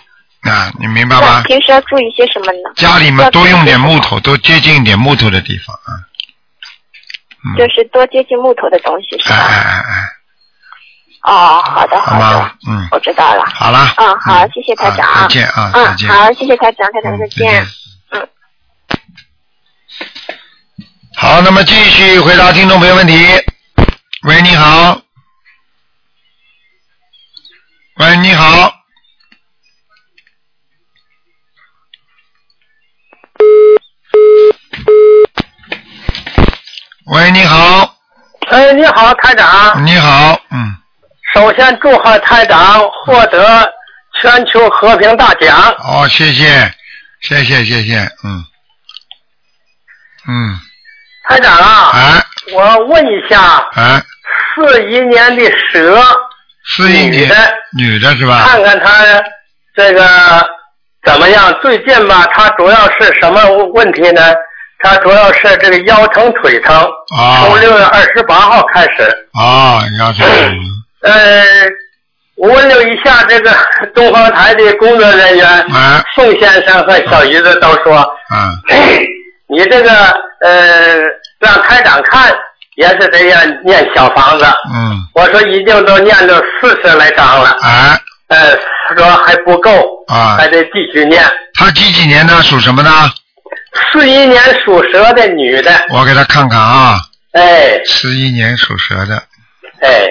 [SPEAKER 5] 嗯，
[SPEAKER 1] 啊，你明白
[SPEAKER 5] 那
[SPEAKER 1] 吗？
[SPEAKER 5] 平时要注意些什么呢？
[SPEAKER 1] 家里面
[SPEAKER 5] 要
[SPEAKER 1] 多用点
[SPEAKER 5] 注意
[SPEAKER 1] 木
[SPEAKER 5] 些什么，
[SPEAKER 1] 头，多接近一点木头的地方啊。
[SPEAKER 5] 就
[SPEAKER 1] 嗯，
[SPEAKER 5] 是多接近木头的东西是
[SPEAKER 1] 哎哎
[SPEAKER 5] 吧？
[SPEAKER 1] 哎哎，
[SPEAKER 5] 哦，好的
[SPEAKER 1] 好
[SPEAKER 5] 的
[SPEAKER 1] 吗，？嗯，
[SPEAKER 5] 我知道了。
[SPEAKER 1] 好了。
[SPEAKER 5] 嗯，好，谢谢台
[SPEAKER 1] 啊
[SPEAKER 5] 长。
[SPEAKER 1] 再见啊，再
[SPEAKER 5] 嗯，
[SPEAKER 1] 见。
[SPEAKER 5] 好，谢谢台长，台长
[SPEAKER 1] 嗯
[SPEAKER 5] 再
[SPEAKER 1] 再
[SPEAKER 5] 见
[SPEAKER 1] 见。
[SPEAKER 5] 嗯。
[SPEAKER 1] 好，那么继续回答听众朋友问题。喂，你好。喂，你好。喂，你好，
[SPEAKER 6] 哎，你好，台长。
[SPEAKER 1] 你好，嗯，
[SPEAKER 6] 首先祝贺台长获得全球和平大奖。
[SPEAKER 1] 好，谢谢，谢谢，谢谢，嗯，嗯，
[SPEAKER 6] 台长啊，
[SPEAKER 1] 哎，
[SPEAKER 6] 我问一下，
[SPEAKER 1] 哎，
[SPEAKER 6] 四一年的蛇
[SPEAKER 1] 是一
[SPEAKER 6] 女
[SPEAKER 1] 女
[SPEAKER 6] 的，
[SPEAKER 1] 女的是吧？
[SPEAKER 6] 看看她这个怎么样？最近吧，她主要是什么问题呢？她主要是这个腰疼、腿疼。
[SPEAKER 1] 啊
[SPEAKER 6] 从六月二十八号开始，
[SPEAKER 1] 啊，要是
[SPEAKER 6] 呃，我问了一下这个 东方台的工作人员，
[SPEAKER 1] 哎
[SPEAKER 6] 宋先生和小姨子都说。
[SPEAKER 1] 啊，
[SPEAKER 6] 你这个呃，让台长看也是得要念小房子。
[SPEAKER 1] 嗯，
[SPEAKER 6] 我说已经都念了四十来章了，
[SPEAKER 1] 哎
[SPEAKER 6] 呃，说还不够，
[SPEAKER 1] 啊
[SPEAKER 6] 还，得继续念。
[SPEAKER 1] 他几几年的？属什么的？
[SPEAKER 6] 四一年属蛇的女的，
[SPEAKER 1] 我给他看看啊，
[SPEAKER 6] 哎
[SPEAKER 1] 十一年属蛇的，
[SPEAKER 6] 哎，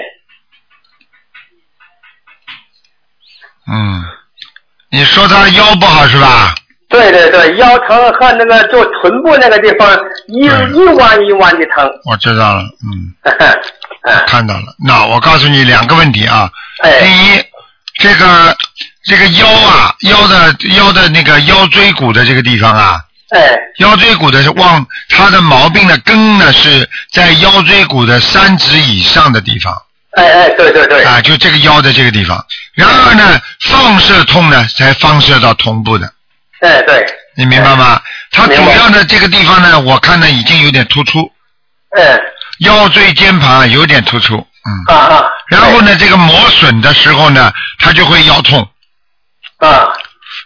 [SPEAKER 1] 嗯，你说他腰不好是吧？
[SPEAKER 6] 对对对，腰疼和那个就臀部那个地方一
[SPEAKER 1] 嗯
[SPEAKER 6] 一弯一弯的疼。
[SPEAKER 1] 我知道了，嗯，
[SPEAKER 6] 嗯
[SPEAKER 1] 看到了。那我告诉你两个问题啊，第
[SPEAKER 6] 哎
[SPEAKER 1] 一，这个这个腰啊，腰的腰的那个腰椎骨的这个地方啊，
[SPEAKER 6] 哎
[SPEAKER 1] 腰椎骨的是往它的毛病的根呢是在腰椎骨的三指以上的地方。
[SPEAKER 6] 哎哎，对对对，
[SPEAKER 1] 啊，就这个腰的这个地方。然后呢，放射痛呢才放射到臀部的，
[SPEAKER 6] 哎对，
[SPEAKER 1] 你明白吗？它主
[SPEAKER 6] 明白
[SPEAKER 1] 要的这个地方呢，我看呢已经有点突出，
[SPEAKER 6] 嗯，
[SPEAKER 1] 腰椎间盘啊有点突出，嗯。
[SPEAKER 6] 啊啊，
[SPEAKER 1] 然后呢，这个磨损的时候呢，它就会腰痛。
[SPEAKER 6] 对？啊，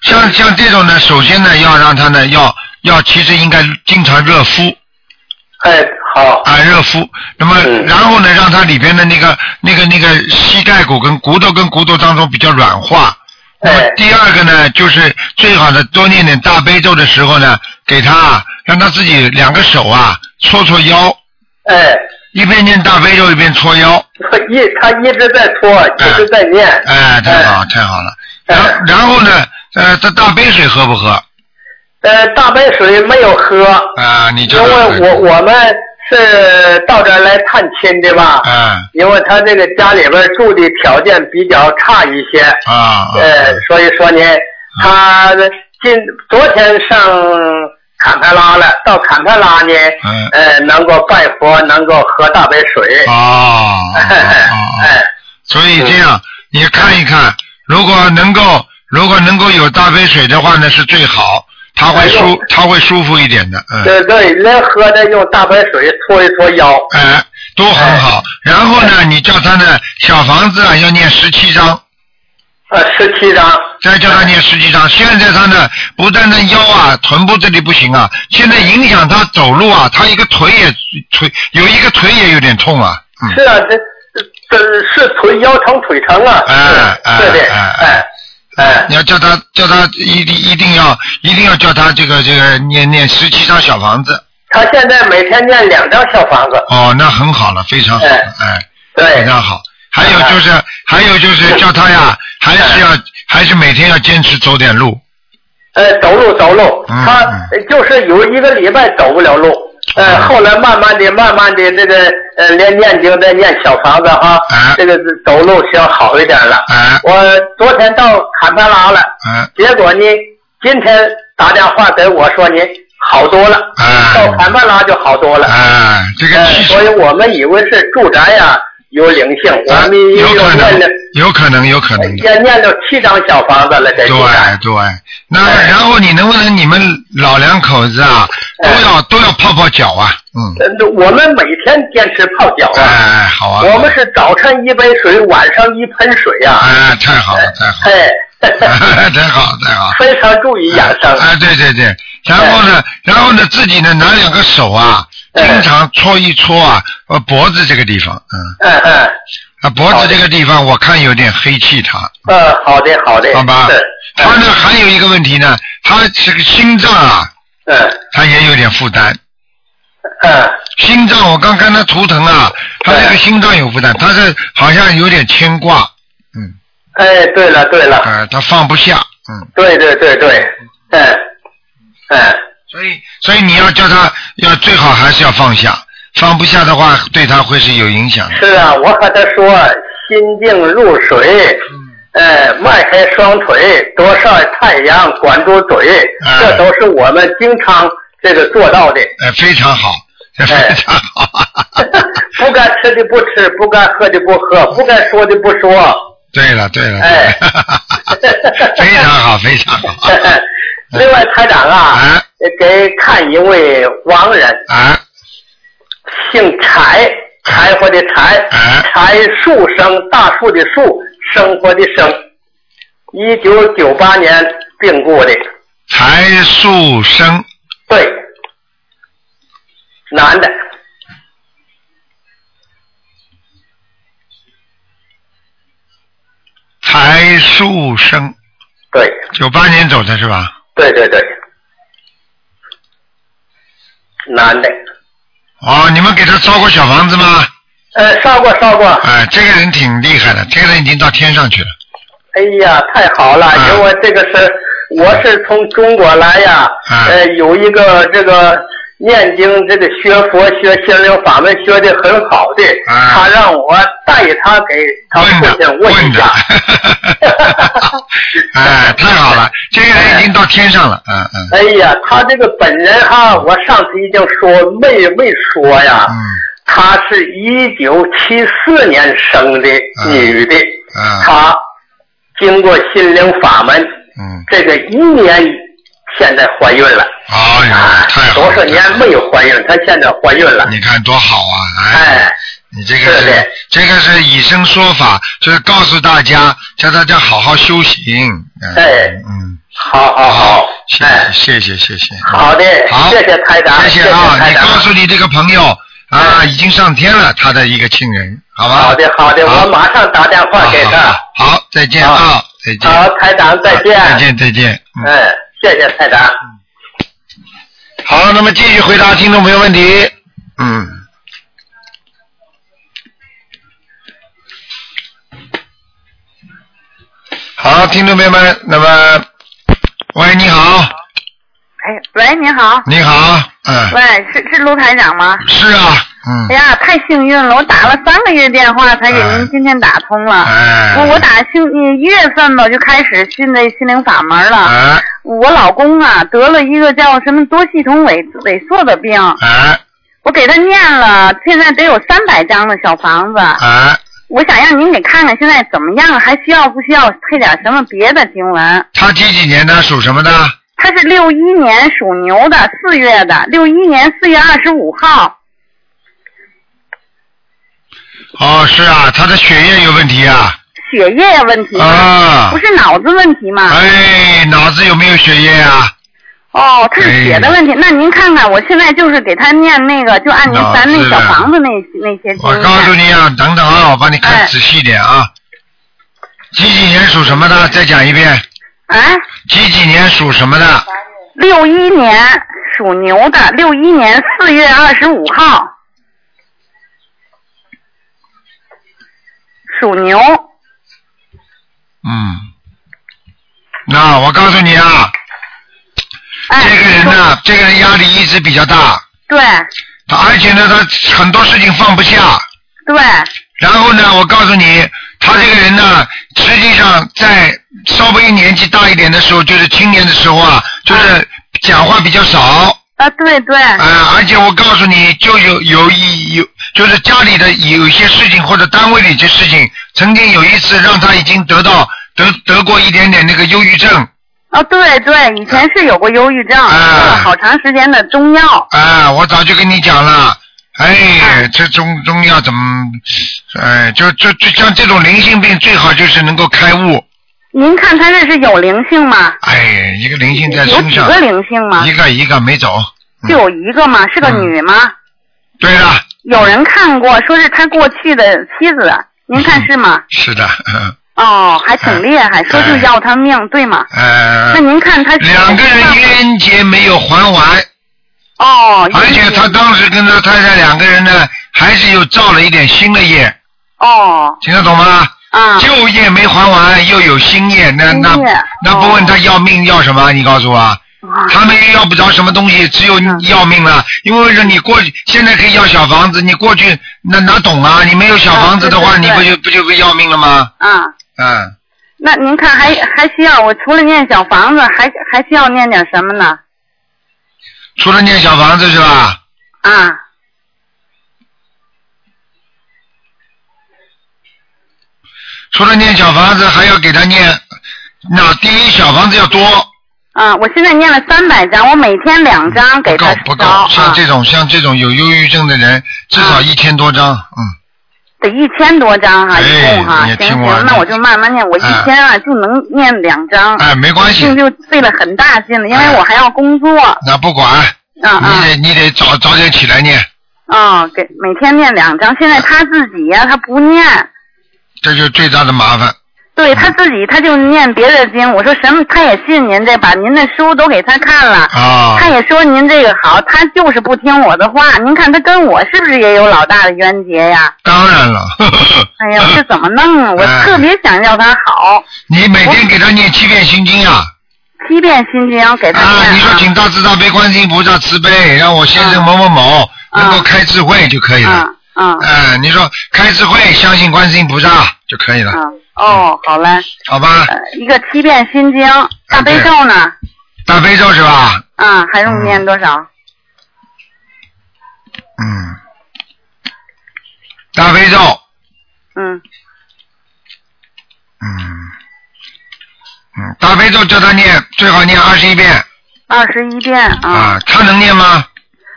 [SPEAKER 1] 像像这种呢，首先呢要让它呢要要，其实应该经常热敷
[SPEAKER 6] 哎，好，
[SPEAKER 1] 啊热敷。那么
[SPEAKER 6] 嗯
[SPEAKER 1] 然后呢，让它里边的那个那个那个膝盖骨跟骨头跟骨头当中比较软化。那么
[SPEAKER 6] 哎
[SPEAKER 1] 第二个呢，就是最好的多念点大悲咒的时候呢，给他啊让他自己两个手啊搓搓腰，
[SPEAKER 6] 哎，
[SPEAKER 1] 一边念大悲咒一边搓腰。
[SPEAKER 6] 他一他一直在拖，一直在念，
[SPEAKER 1] 哎，啊太好太好了。
[SPEAKER 6] 哎
[SPEAKER 1] 然后然后呢，呃，这大杯水喝不喝？
[SPEAKER 6] 呃，大杯水没有喝，
[SPEAKER 1] 啊，你
[SPEAKER 6] 因
[SPEAKER 1] 叫他
[SPEAKER 6] 为我我们是到这儿来探亲的吧，
[SPEAKER 1] 啊
[SPEAKER 6] 因为他这个家里边住的条件比较差一些，
[SPEAKER 1] 啊啊
[SPEAKER 6] 呃，所以说呢，他今昨天上坎培拉了，到坎培拉呢，
[SPEAKER 1] 嗯
[SPEAKER 6] 呃，能够拜佛，能够喝大杯水，
[SPEAKER 1] 哦哦
[SPEAKER 6] 哎
[SPEAKER 1] 哦哦，
[SPEAKER 6] 哎，
[SPEAKER 1] 所以这样你看一看，如果能够如果能够有大杯水的话呢，是最好，他会
[SPEAKER 6] 哎
[SPEAKER 1] 舒
[SPEAKER 6] 呦
[SPEAKER 1] 他会舒服一点的，嗯，
[SPEAKER 6] 对对，人喝的用大杯水搓一搓腰，
[SPEAKER 1] 哎，都很好。
[SPEAKER 6] 哎
[SPEAKER 1] 然后呢，你叫他呢，小房子啊要念十七章。
[SPEAKER 6] 呃，十七张，
[SPEAKER 1] 再叫他念十几章。现在他呢，不但呢腰啊、臀部这里不行啊，现在影响他走路啊，他一个腿也腿有一个腿也有点痛啊。嗯，
[SPEAKER 6] 是啊，这这是腿腰疼腿疼啊，
[SPEAKER 1] 哎哎
[SPEAKER 6] 是的，
[SPEAKER 1] 哎
[SPEAKER 6] 哎哎
[SPEAKER 1] 你要叫他叫他一定一定要一定要叫他这个这个念念十七张小房子。
[SPEAKER 6] 他现在每天念两张小房子，
[SPEAKER 1] 哦，那很好了，非常好了，哎，非
[SPEAKER 6] 对，哎
[SPEAKER 1] 常好。还有就是，还有就是叫他呀，还是要还是每天要坚持走点路。
[SPEAKER 6] 呃，走路走路，
[SPEAKER 1] 嗯
[SPEAKER 6] 他
[SPEAKER 1] 嗯
[SPEAKER 6] 呃就是有一个礼拜走不了路，呃，
[SPEAKER 1] 嗯
[SPEAKER 6] 后来慢慢的、慢慢的，这个呃，连念经再念小房子哈，
[SPEAKER 1] 哎
[SPEAKER 6] 这个走路行好一点了。
[SPEAKER 1] 哎
[SPEAKER 6] 我昨天到坎培拉了，
[SPEAKER 1] 哎
[SPEAKER 6] 结果呢，今天打电话给我说呢，好多了，
[SPEAKER 1] 哎
[SPEAKER 6] 到坎培拉就好多了。
[SPEAKER 1] 哎，这个
[SPEAKER 6] 呃
[SPEAKER 1] 气
[SPEAKER 6] 所以
[SPEAKER 1] 场
[SPEAKER 6] 我们以为是住宅呀、有灵性，我
[SPEAKER 1] 啊
[SPEAKER 6] 们又
[SPEAKER 1] 有可
[SPEAKER 6] 念
[SPEAKER 1] 能
[SPEAKER 6] 了，，
[SPEAKER 1] 有可能，有可能的。哎
[SPEAKER 6] 也念了七张小房子了，这住宅
[SPEAKER 1] 对对，那然后你能不能你们老两口子啊，都
[SPEAKER 6] 哎
[SPEAKER 1] 要都要泡泡脚啊，嗯，
[SPEAKER 6] 呃我们每天坚持泡脚啊。
[SPEAKER 1] 哎，好啊，
[SPEAKER 6] 我们是早晨一杯水，晚上一盆水啊呀、
[SPEAKER 1] 哎，太好了，太好了，
[SPEAKER 6] 哎，
[SPEAKER 1] 太好太好，
[SPEAKER 6] 非常注意养生。
[SPEAKER 1] 哎，对对对，然后呢，然后呢，自己呢拿两个手啊，
[SPEAKER 6] 哎
[SPEAKER 1] 经常搓一搓啊，呃，脖子这个地方，嗯，
[SPEAKER 6] 嗯嗯
[SPEAKER 1] 啊，脖子这个地方我看有点黑气它，
[SPEAKER 6] 嗯，好的好的。
[SPEAKER 1] 好吧
[SPEAKER 6] 是。
[SPEAKER 1] 他呢还有一个问题呢，他这个心脏啊，
[SPEAKER 6] 嗯
[SPEAKER 1] 他也有点负担，
[SPEAKER 6] 嗯
[SPEAKER 1] 心脏，我刚看他图腾啊，他这个
[SPEAKER 6] 对
[SPEAKER 1] 心脏有负担，他是好像有点牵挂，嗯，
[SPEAKER 6] 哎，对了对了，
[SPEAKER 1] 呃，他放不下，嗯，
[SPEAKER 6] 对对对对，嗯嗯
[SPEAKER 1] 所以所以你要叫他要最好还是要放下，放不下的话对他会是有影响的，
[SPEAKER 6] 是啊，我和他说心静如水。
[SPEAKER 1] 嗯
[SPEAKER 6] 哎，迈开双腿，多晒太阳，管住嘴，
[SPEAKER 1] 哎
[SPEAKER 6] 这都是我们经常这个做到的。
[SPEAKER 1] 哎、非常好，非
[SPEAKER 6] 哎
[SPEAKER 1] 常好，
[SPEAKER 6] 不该吃的不吃，不该喝的不喝，不该说的不说。
[SPEAKER 1] 对了对了，
[SPEAKER 6] 哎
[SPEAKER 1] 对了非常好非常好，
[SPEAKER 6] 另外，台长啊，
[SPEAKER 1] 啊
[SPEAKER 6] 给看一位亡人，
[SPEAKER 1] 啊
[SPEAKER 6] 姓柴，柴火的柴
[SPEAKER 1] 哎，
[SPEAKER 6] 柴树生，大树的树，生活的生。一九九八年病故的，
[SPEAKER 1] 柴树生，
[SPEAKER 6] 对，男的，
[SPEAKER 1] 柴树生，
[SPEAKER 6] 对，
[SPEAKER 1] 九八年走的是吧？
[SPEAKER 6] 对对对，男的，
[SPEAKER 1] 哦，你们给他烧过小房子吗？
[SPEAKER 6] 呃，烧过烧过，
[SPEAKER 1] 哎，这个人挺厉害的，这个人已经到天上去了。
[SPEAKER 6] 哎呀，太好了！
[SPEAKER 1] 嗯
[SPEAKER 6] 因为这个是我是从中国来呀，
[SPEAKER 1] 嗯
[SPEAKER 6] 呃，有一个这个念经、这个学佛、学心灵法门学的很好的，
[SPEAKER 1] 嗯
[SPEAKER 6] 他让我带他给他
[SPEAKER 1] 问
[SPEAKER 6] 父
[SPEAKER 1] 的
[SPEAKER 6] 亲问一
[SPEAKER 1] 的
[SPEAKER 6] 下，，
[SPEAKER 1] 哎，太好了，这个人已经到天上了，嗯嗯
[SPEAKER 6] 哎呀，他这个本人哈，我上次已经说没没说呀，
[SPEAKER 1] 嗯
[SPEAKER 6] 他是一九七四年生的女的，
[SPEAKER 1] 嗯
[SPEAKER 6] 她经过心灵法门，
[SPEAKER 1] 嗯
[SPEAKER 6] 这个一年现在怀孕了。
[SPEAKER 1] 哎
[SPEAKER 6] 啊
[SPEAKER 1] 呀，太好了！
[SPEAKER 6] 多少年没有怀孕，她现在怀孕了。
[SPEAKER 1] 你看多好啊！哎，
[SPEAKER 6] 哎，
[SPEAKER 1] 你这个
[SPEAKER 6] 是的
[SPEAKER 1] 是这个是以身说法，就是告诉大家，叫大家好好修行。嗯
[SPEAKER 6] 哎
[SPEAKER 1] 嗯，
[SPEAKER 6] 好好好，
[SPEAKER 1] 谢
[SPEAKER 6] 哎，
[SPEAKER 1] 谢谢谢谢谢。
[SPEAKER 6] 好的
[SPEAKER 1] 好，
[SPEAKER 6] 谢谢台长，
[SPEAKER 1] 谢
[SPEAKER 6] 谢
[SPEAKER 1] 啊！
[SPEAKER 6] 台
[SPEAKER 1] 你
[SPEAKER 6] 长嗯
[SPEAKER 1] 告。诉你这个朋友啊，已经上天了，他的一个亲人，好吧？
[SPEAKER 6] 好的好的，
[SPEAKER 1] 好
[SPEAKER 6] 我马上打电话给
[SPEAKER 1] 好
[SPEAKER 6] 他。
[SPEAKER 1] 好，好再见啊
[SPEAKER 6] 好，
[SPEAKER 1] 再见，
[SPEAKER 6] 好，台长再见。
[SPEAKER 1] 再见，再见。嗯
[SPEAKER 6] 嗯，谢谢台长。
[SPEAKER 1] 好，那么继续回答听众朋友问题。嗯。好，听众朋友们，那么，喂，你好，
[SPEAKER 7] 哎，喂，您好，
[SPEAKER 1] 你好，嗯，
[SPEAKER 7] 喂，是是卢台长吗？
[SPEAKER 1] 是啊，嗯
[SPEAKER 7] 哎，呀，太幸运了，我打了三个月电话才给
[SPEAKER 1] 哎
[SPEAKER 7] 您今天打通了。
[SPEAKER 1] 哎，
[SPEAKER 7] 我我打新一月份吧就开始信那心灵法门了。
[SPEAKER 1] 哎，
[SPEAKER 7] 我老公啊得了一个叫什么多系统萎萎缩的病，
[SPEAKER 1] 哎，
[SPEAKER 7] 我给他念了，现在得有三百张的小房子。
[SPEAKER 1] 哎，
[SPEAKER 7] 我想让您给看看现在怎么样，还需要不需要配点什么别的经文？
[SPEAKER 1] 他几几年的，属什么的？
[SPEAKER 7] 他是六一年属牛的，四月的，六一年四月二十五号。
[SPEAKER 1] 哦，是啊，他的血液有问题啊，
[SPEAKER 7] 血液问题吗，
[SPEAKER 1] 啊
[SPEAKER 7] 不，是脑子问题吗？
[SPEAKER 1] 哎，脑子有没有血液啊？哎
[SPEAKER 7] 哦，他是血的问题。那您看看，我现在就是给他念那个，就按您咱那小房子那那些经
[SPEAKER 1] 我告诉
[SPEAKER 7] 念。
[SPEAKER 1] 你啊，等等
[SPEAKER 6] 嗯
[SPEAKER 1] 啊，我帮你看
[SPEAKER 7] 哎
[SPEAKER 1] 仔细一点啊。几几年属什么的？再讲一遍。
[SPEAKER 7] 啊，
[SPEAKER 1] 几几年属什么的？
[SPEAKER 7] 六一年属牛的，六一年四月二十五号，属牛。
[SPEAKER 1] 嗯。那我告诉你啊，
[SPEAKER 7] 哎，
[SPEAKER 1] 这个人呢、这个人压力一直比较大，
[SPEAKER 7] 对
[SPEAKER 1] 他而且呢，他很多事情放不下。
[SPEAKER 7] 对，
[SPEAKER 1] 然后呢，我告诉你，他这个人呢，实际上在稍微年纪大一点的时候，就是青年的时候啊，就是讲话比较少。
[SPEAKER 7] 啊对对，
[SPEAKER 1] 呃，而且我告诉你，就有有一有，就是家里的有一些事情或者单位里一些事情，曾经有一次让他已经得到得得过一点点那个忧郁症
[SPEAKER 7] 啊对对，以前是有过忧郁症，
[SPEAKER 1] 哎
[SPEAKER 7] 吃了好长时间的中药。
[SPEAKER 1] 啊、我早就跟你讲了，
[SPEAKER 7] 啊
[SPEAKER 1] 哎，这中中药怎么，哎，就就就像这种灵性病，最好就是能够开悟，
[SPEAKER 7] 您看他这是有灵性吗？
[SPEAKER 1] 哎，一个灵性在
[SPEAKER 7] 有
[SPEAKER 1] 身
[SPEAKER 7] 几
[SPEAKER 1] 上，
[SPEAKER 7] 个灵性吗
[SPEAKER 1] 一？个嗯一个没走，嗯
[SPEAKER 7] 就有一个吗？是个女吗？
[SPEAKER 1] 对了，
[SPEAKER 7] 有人看过，说是他过去的妻子，您看是吗？
[SPEAKER 1] 是的， 嗯，
[SPEAKER 7] 哦，还挺厉害，说就要他命，对吗？
[SPEAKER 1] 呃
[SPEAKER 7] 那，您看他是
[SPEAKER 1] 嗯两个人冤结没有还完。
[SPEAKER 7] 哦，
[SPEAKER 1] 而且他当时跟他太太两个人呢，还是又造了一点新的业，
[SPEAKER 7] 哦
[SPEAKER 1] 听得懂吗？
[SPEAKER 7] 啊
[SPEAKER 1] 旧业没还完，又有新业，那那
[SPEAKER 7] 新业哦
[SPEAKER 1] 那不问他要命要什么？你告诉我，
[SPEAKER 7] 啊
[SPEAKER 1] 他们又要不着什么东西，只有
[SPEAKER 7] 嗯
[SPEAKER 1] 要命了。因为是你过去现在可以要小房子，你过去那哪懂啊？你没有小房子的话，
[SPEAKER 7] 嗯
[SPEAKER 1] 你
[SPEAKER 7] 对
[SPEAKER 1] 不
[SPEAKER 7] 对
[SPEAKER 1] 就不就会要命了吗？
[SPEAKER 7] 啊！
[SPEAKER 1] 嗯，
[SPEAKER 7] 那您看还还需要我除了念小房子，还还需要念点什么呢？
[SPEAKER 1] 除了念小房子是吧？
[SPEAKER 7] 啊，
[SPEAKER 1] 除了念小房子，还要给他念，那第一小房子要多，
[SPEAKER 7] 啊，我现在念了三百张，我每天两张给
[SPEAKER 1] 不
[SPEAKER 7] 他
[SPEAKER 1] 够
[SPEAKER 7] 烧
[SPEAKER 1] 不够，像
[SPEAKER 7] 啊，
[SPEAKER 1] 这种像这种有忧郁症的人，至少一千多张，嗯，
[SPEAKER 7] 得一千多张哈，
[SPEAKER 1] 哎
[SPEAKER 7] 一共哈，
[SPEAKER 1] 你也
[SPEAKER 7] 行
[SPEAKER 1] 听我
[SPEAKER 7] 行，那我就慢慢念，我一
[SPEAKER 1] 哎
[SPEAKER 7] 天啊就能念两张，
[SPEAKER 1] 哎，没关系哎
[SPEAKER 7] 就，就费了很大劲了，因为我还要工作，
[SPEAKER 1] 那不管，
[SPEAKER 7] 啊
[SPEAKER 1] 你
[SPEAKER 7] 啊
[SPEAKER 1] 得你得早早点起来念，
[SPEAKER 7] 啊，给每天念两张。现在他自己呀、他不念，
[SPEAKER 1] 这就是最大的麻烦。
[SPEAKER 7] 对
[SPEAKER 1] 嗯
[SPEAKER 7] 他自己他就念别的经。我说什么，他也信您这，把您的书都给他看了，
[SPEAKER 1] 啊，
[SPEAKER 7] 他也说您这个好，他就是不听我的话。您看他跟我是不是也有老大的冤结 呀？
[SPEAKER 1] 当然了，呵呵呵
[SPEAKER 7] 哎呀，这怎么弄啊？我
[SPEAKER 1] 哎
[SPEAKER 7] 特别想要他好，
[SPEAKER 1] 你每天给他念七遍心经啊，
[SPEAKER 7] 七遍心经给他
[SPEAKER 1] 啊，你
[SPEAKER 7] 念
[SPEAKER 1] 说请大慈大悲观世音菩萨慈悲，让我先生某某某能够开智慧就可以
[SPEAKER 7] 啊
[SPEAKER 1] 了。
[SPEAKER 7] 啊啊
[SPEAKER 1] 哎，你说开智慧，相信观世音菩萨就可以了，嗯
[SPEAKER 7] 啊！哦，好嘞，
[SPEAKER 1] 好吧？
[SPEAKER 7] 呃，一个七遍心经，大悲咒呢？
[SPEAKER 1] 大悲咒是吧？
[SPEAKER 7] 啊，还用念多少？
[SPEAKER 1] 嗯，大悲咒，
[SPEAKER 7] 嗯，
[SPEAKER 1] 嗯，嗯，大悲咒叫他念，最好念二十一遍，
[SPEAKER 7] 二十一遍啊。
[SPEAKER 1] 啊，他能念吗？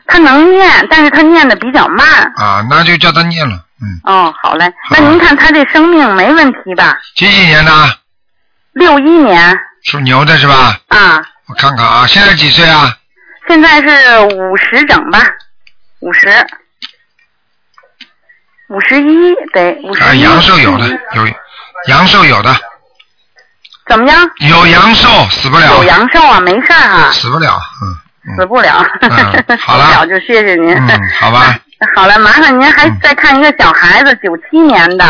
[SPEAKER 7] 他能念，但是他念的比较慢。
[SPEAKER 1] 啊，那就叫他念了。嗯，
[SPEAKER 7] 哦，好嘞，那您看他这生命没问题吧？
[SPEAKER 1] 几几年的？
[SPEAKER 7] 六一年
[SPEAKER 1] 属牛的是吧？
[SPEAKER 7] 啊，
[SPEAKER 1] 我看看啊，现在几岁啊？
[SPEAKER 7] 现在是五十整吧，五十，五十一得五十一。
[SPEAKER 1] 啊，阳寿有的，有阳寿有的，
[SPEAKER 7] 怎么样？
[SPEAKER 1] 有阳寿死不了
[SPEAKER 7] 有，阳寿啊，没事儿啊，
[SPEAKER 1] 死不了。嗯
[SPEAKER 7] 死不了。
[SPEAKER 1] 嗯好了
[SPEAKER 7] 死不了就谢谢您。
[SPEAKER 1] 嗯，好
[SPEAKER 7] 啊
[SPEAKER 1] 吧，
[SPEAKER 7] 好了，麻烦您还
[SPEAKER 1] 嗯
[SPEAKER 7] 再看一个小孩子，九七年的，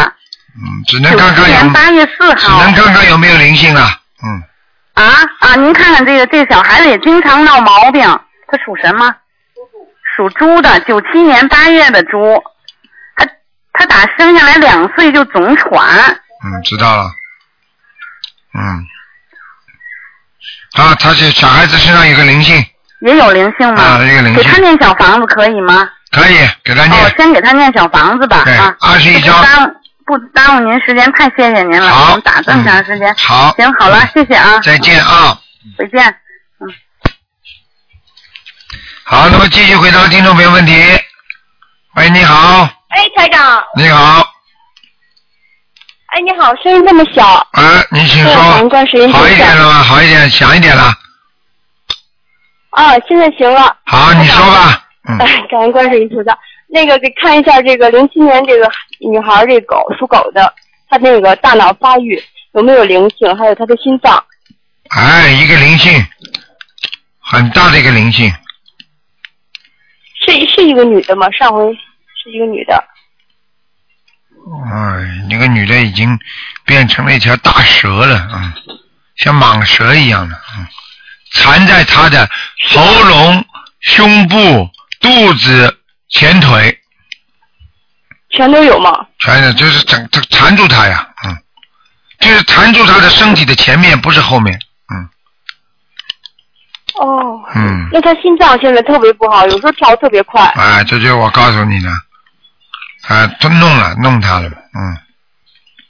[SPEAKER 1] 嗯，只能
[SPEAKER 7] 九
[SPEAKER 1] 看
[SPEAKER 7] 七
[SPEAKER 1] 看
[SPEAKER 7] 年
[SPEAKER 1] 有，
[SPEAKER 7] 八月四
[SPEAKER 1] 只
[SPEAKER 7] 号。
[SPEAKER 1] 能看看有没有灵性了。嗯，
[SPEAKER 7] 啊啊！您看看这个，这小孩子也经常闹毛病。他属什么？属猪的，九七年八月的猪。他他打生下来两岁就总喘，
[SPEAKER 1] 嗯，知道了。嗯，啊，他这小孩子身上有个灵性，
[SPEAKER 7] 也有灵性吗？
[SPEAKER 1] 啊有灵性
[SPEAKER 7] 给他念小房子可以吗？
[SPEAKER 1] 可以给他
[SPEAKER 7] 哦，
[SPEAKER 1] 念。
[SPEAKER 7] 先给他念小房子吧
[SPEAKER 1] 对
[SPEAKER 7] 啊。
[SPEAKER 1] 21
[SPEAKER 7] 不耽误不耽误您时间，太谢谢您了，
[SPEAKER 1] 好嗯
[SPEAKER 7] 我们打这么长时间。
[SPEAKER 1] 好，嗯
[SPEAKER 7] 行，好了，谢谢啊，
[SPEAKER 1] 再见啊。
[SPEAKER 7] 再见。
[SPEAKER 1] 好，那么继续回答听众朋友问题。喂，你好，
[SPEAKER 5] 哎，台长，
[SPEAKER 1] 你好，
[SPEAKER 5] 哎，你好，声音那么小，哎
[SPEAKER 1] 呃，你请
[SPEAKER 5] 我
[SPEAKER 1] 说
[SPEAKER 5] 们，观世音菩
[SPEAKER 1] 好一点
[SPEAKER 5] 萨。
[SPEAKER 1] 了吗？好一点，响一点了。
[SPEAKER 5] 啊，现在行了。
[SPEAKER 1] 好，你说吧。嗯，
[SPEAKER 5] 哎，感恩观世音菩萨。那个给看一下这个零七年这个女孩儿这狗属狗的，她那个大脑发育有没有灵性，还有她的心脏。
[SPEAKER 1] 哎，一个灵性，很大的一个灵性，
[SPEAKER 5] 是是一个女的吗？上回是一个女的。
[SPEAKER 1] 哎，那个女的已经变成了一条大蛇了，嗯，像蟒蛇一样的，嗯，缠在她的喉咙、胸部、肚子、前腿，
[SPEAKER 5] 全都有吗？
[SPEAKER 1] 全是就是整这缠住他呀，嗯，就是缠住他的身体的前面，不是后面，嗯
[SPEAKER 5] 哦，
[SPEAKER 1] 嗯，
[SPEAKER 5] 那她心脏现在特别不好，有时候跳得特别快。
[SPEAKER 1] 啊，这就是我告诉你的，啊，都弄了，弄他了，嗯，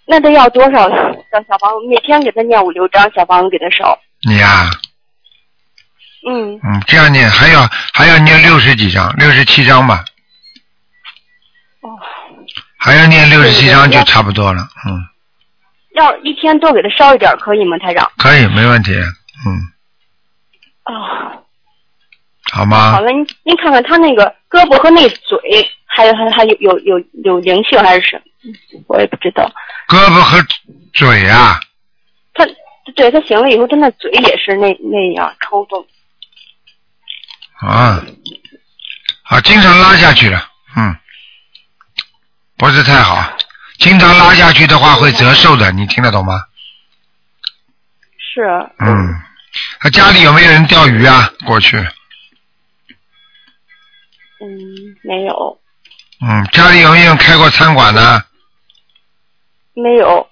[SPEAKER 5] 那得要多少张小房子？每天给她念五六张小房子给她烧。
[SPEAKER 1] 你呀、
[SPEAKER 5] 嗯，
[SPEAKER 1] 嗯，这样念还要还要念六十几章，六十七章吧，
[SPEAKER 5] 哦，
[SPEAKER 1] 还要念六十七章就差不多了，嗯，
[SPEAKER 5] 要一天多给她烧一点儿可以吗，台长？
[SPEAKER 1] 可以，没问题，嗯，
[SPEAKER 5] 哦，
[SPEAKER 1] 好
[SPEAKER 5] 好
[SPEAKER 1] 吗？
[SPEAKER 5] 了，您您看看她那个胳膊和那嘴，还有还还有有有有灵性还是什么？我也不知道。
[SPEAKER 1] 胳膊和嘴啊，
[SPEAKER 5] 她对她醒了以后，她那嘴也是那那样抽动。
[SPEAKER 1] 啊，啊，经常拉下去了，嗯，不是太好。经常拉下去的
[SPEAKER 5] 嗯
[SPEAKER 1] 话会折寿的，你听得懂吗？
[SPEAKER 5] 是，
[SPEAKER 1] 嗯，他家里有没有人钓鱼啊？过去，
[SPEAKER 5] 嗯，没有
[SPEAKER 1] 嗯，家里有没有人开过餐馆呢？
[SPEAKER 5] 没有，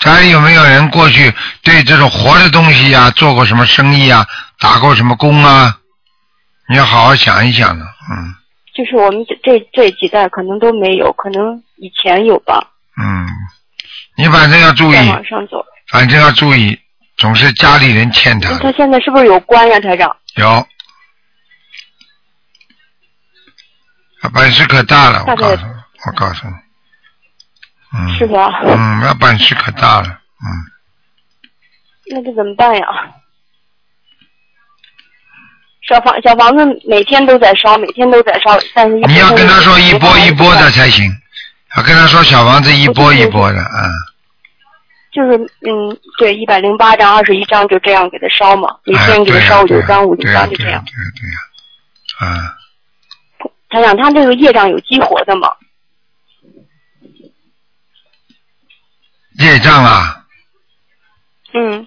[SPEAKER 1] 家里有没有人过去对这种活的东西啊做过什么生意啊，打过什么工啊？你要好好想一想呢，嗯
[SPEAKER 5] 就是我们这这这几代可能都没有，可能以前有吧，
[SPEAKER 1] 嗯，你反正要注
[SPEAKER 5] 再
[SPEAKER 1] 意，
[SPEAKER 5] 往上走。
[SPEAKER 1] 反正要注意，总是家里人欠他
[SPEAKER 5] 那
[SPEAKER 1] 的。
[SPEAKER 5] 他现在是不是有关呀，台长？
[SPEAKER 1] 有，他本事啊可大了，我
[SPEAKER 5] 大
[SPEAKER 1] 告
[SPEAKER 5] 概
[SPEAKER 1] 诉你，我告诉你，嗯，
[SPEAKER 5] 是吧？
[SPEAKER 1] 嗯，那本事可大了，嗯，
[SPEAKER 5] 那这怎么办呀？小房小房子每天都在烧，每天都在烧，但是一直
[SPEAKER 1] 你要跟他说一波一波的
[SPEAKER 5] 不放
[SPEAKER 1] 才行，要跟他说小房子一波一波的，嗯，
[SPEAKER 5] 就是嗯，对，一百零八张、二十一张就这样给他烧嘛，每
[SPEAKER 1] 哎
[SPEAKER 5] 天给他
[SPEAKER 1] 对呀
[SPEAKER 5] 烧五
[SPEAKER 1] 对
[SPEAKER 5] 六
[SPEAKER 1] 呀
[SPEAKER 5] 张、五六
[SPEAKER 1] 对呀
[SPEAKER 5] 张就这
[SPEAKER 1] 对呀啊
[SPEAKER 5] 样。
[SPEAKER 1] 对呀对呀，啊，
[SPEAKER 5] 台长，他这个业障有激活的吗？
[SPEAKER 1] 业障啊，
[SPEAKER 5] 嗯，